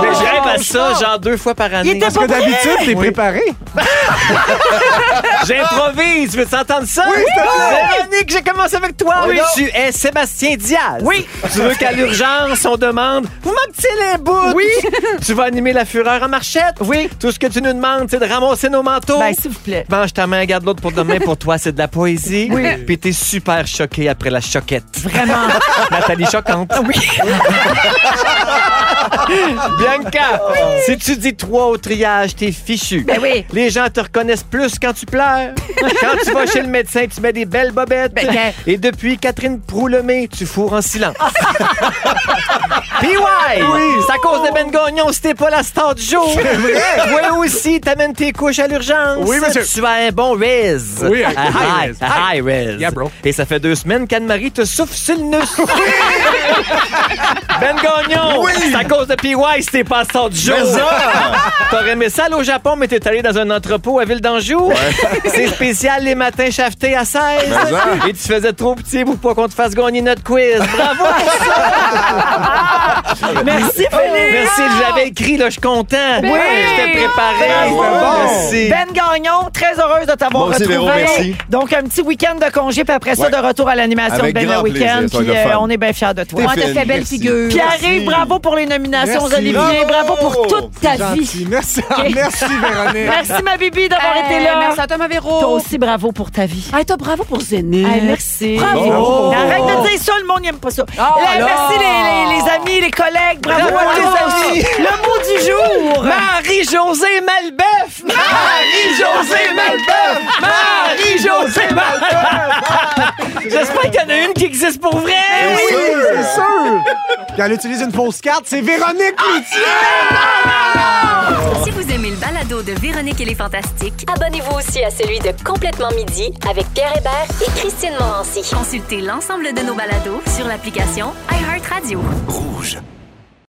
Mais je Ah, rêve à ça, genre deux fois par Il année. était Parce pas que prêt. d'habitude, t'es Oui. préparé. J'improvise, veux-tu entendre ça? Oui, s'il te Véronique, j'ai commencé avec toi. Oui. Tu es Sébastien Diaz. Oui. Tu veux qu'à l'urgence, on demande « Vous manquez les bouts? » Oui. Tu vas animer la fureur en marchette? Oui. Tout ce que tu nous demandes, c'est de ramasser nos manteaux. Ben, s'il vous plaît. Mange ta main, garde l'autre pour demain. Pour toi, c'est de la poésie. Oui. Puis t'es super choqué après la choquette. Vraiment. Nathalie Choquante. Oui. Bianca, si tu dis trois au triage, t'es fichu. Ben oui. Les gens te reconnaissent plus quand tu pleures. quand tu vas chez le médecin, tu mets des belles bobettes. Ben, ben. Et depuis Catherine Proulemé, tu fourres en silence. PY! C'est à cause de Ben Gagnon, c'était pas la star du jour. Toi aussi, t'amènes tes couches à l'urgence. Oui, monsieur. Tu as un bon res. Oui, un un high high res. res. Un high res. Yeah, bro. Et ça fait deux semaines qu'Anne-Marie te souffle sur le nus. ben Gagnon, c'est à cause de PY, c'était pas la star du jour. Mais ça! T'aurais aimé ça aller au Japon, mais t'es allé dans un entrepôt à Ville d'Anjou. C'est spécial les matins chafetés à 16. ça. Et tu faisais trop petit pour pas qu'on te fasse gagner notre quiz. Bravo! Oh, Merci, Félix. Merci, j'avais écrit, là, je suis content. Oui. J'étais préparé. Bravo. Merci. Ben Gagnon, très très heureuse de t'avoir Moi aussi, retrouvé. Véro, merci. Donc, un petit week-end de congé, puis après ça, Ouais. de retour à l'animation de Avec Ben le grand week-end. plaisir, ça va Puis être le euh, fun. on est bien fiers de toi. Ouais, t'as fait belle Merci. figure. Pierre-Yves, bravo pour les nominations, Merci. Olivier. Bravo pour toute ta Gentil. vie. Merci, Ah, merci Véronique. Merci, ma Bibi, d'avoir Hey, été là. Merci à Thomas Véro. Toi aussi, bravo pour ta vie. Hey, toi, bravo pour Zénith. Hey, merci. Bravo. Mais Arrête de dire ça, le monde n'aime pas ça. Là, là. merci les, les- les amis, les collègues, bravo à tous. Le mot du jour. Marie-Josée Malbeuf! Marie-Josée Malbeuf! Marie-Josée Malbeuf! J'espère qu'il y en a une qui existe pour vrai! Oui, c'est sûr. Quand elle utilise une fausse carte, c'est Véronique Loutier. Si vous aimez le balado de Véronique et les Fantastiques, Abonnez-vous aussi à celui de Complètement Midi avec Pierre Hébert et Christine Morancy. consultez l'ensemble de nos balados sur l'application iHeartRadio. Rouge.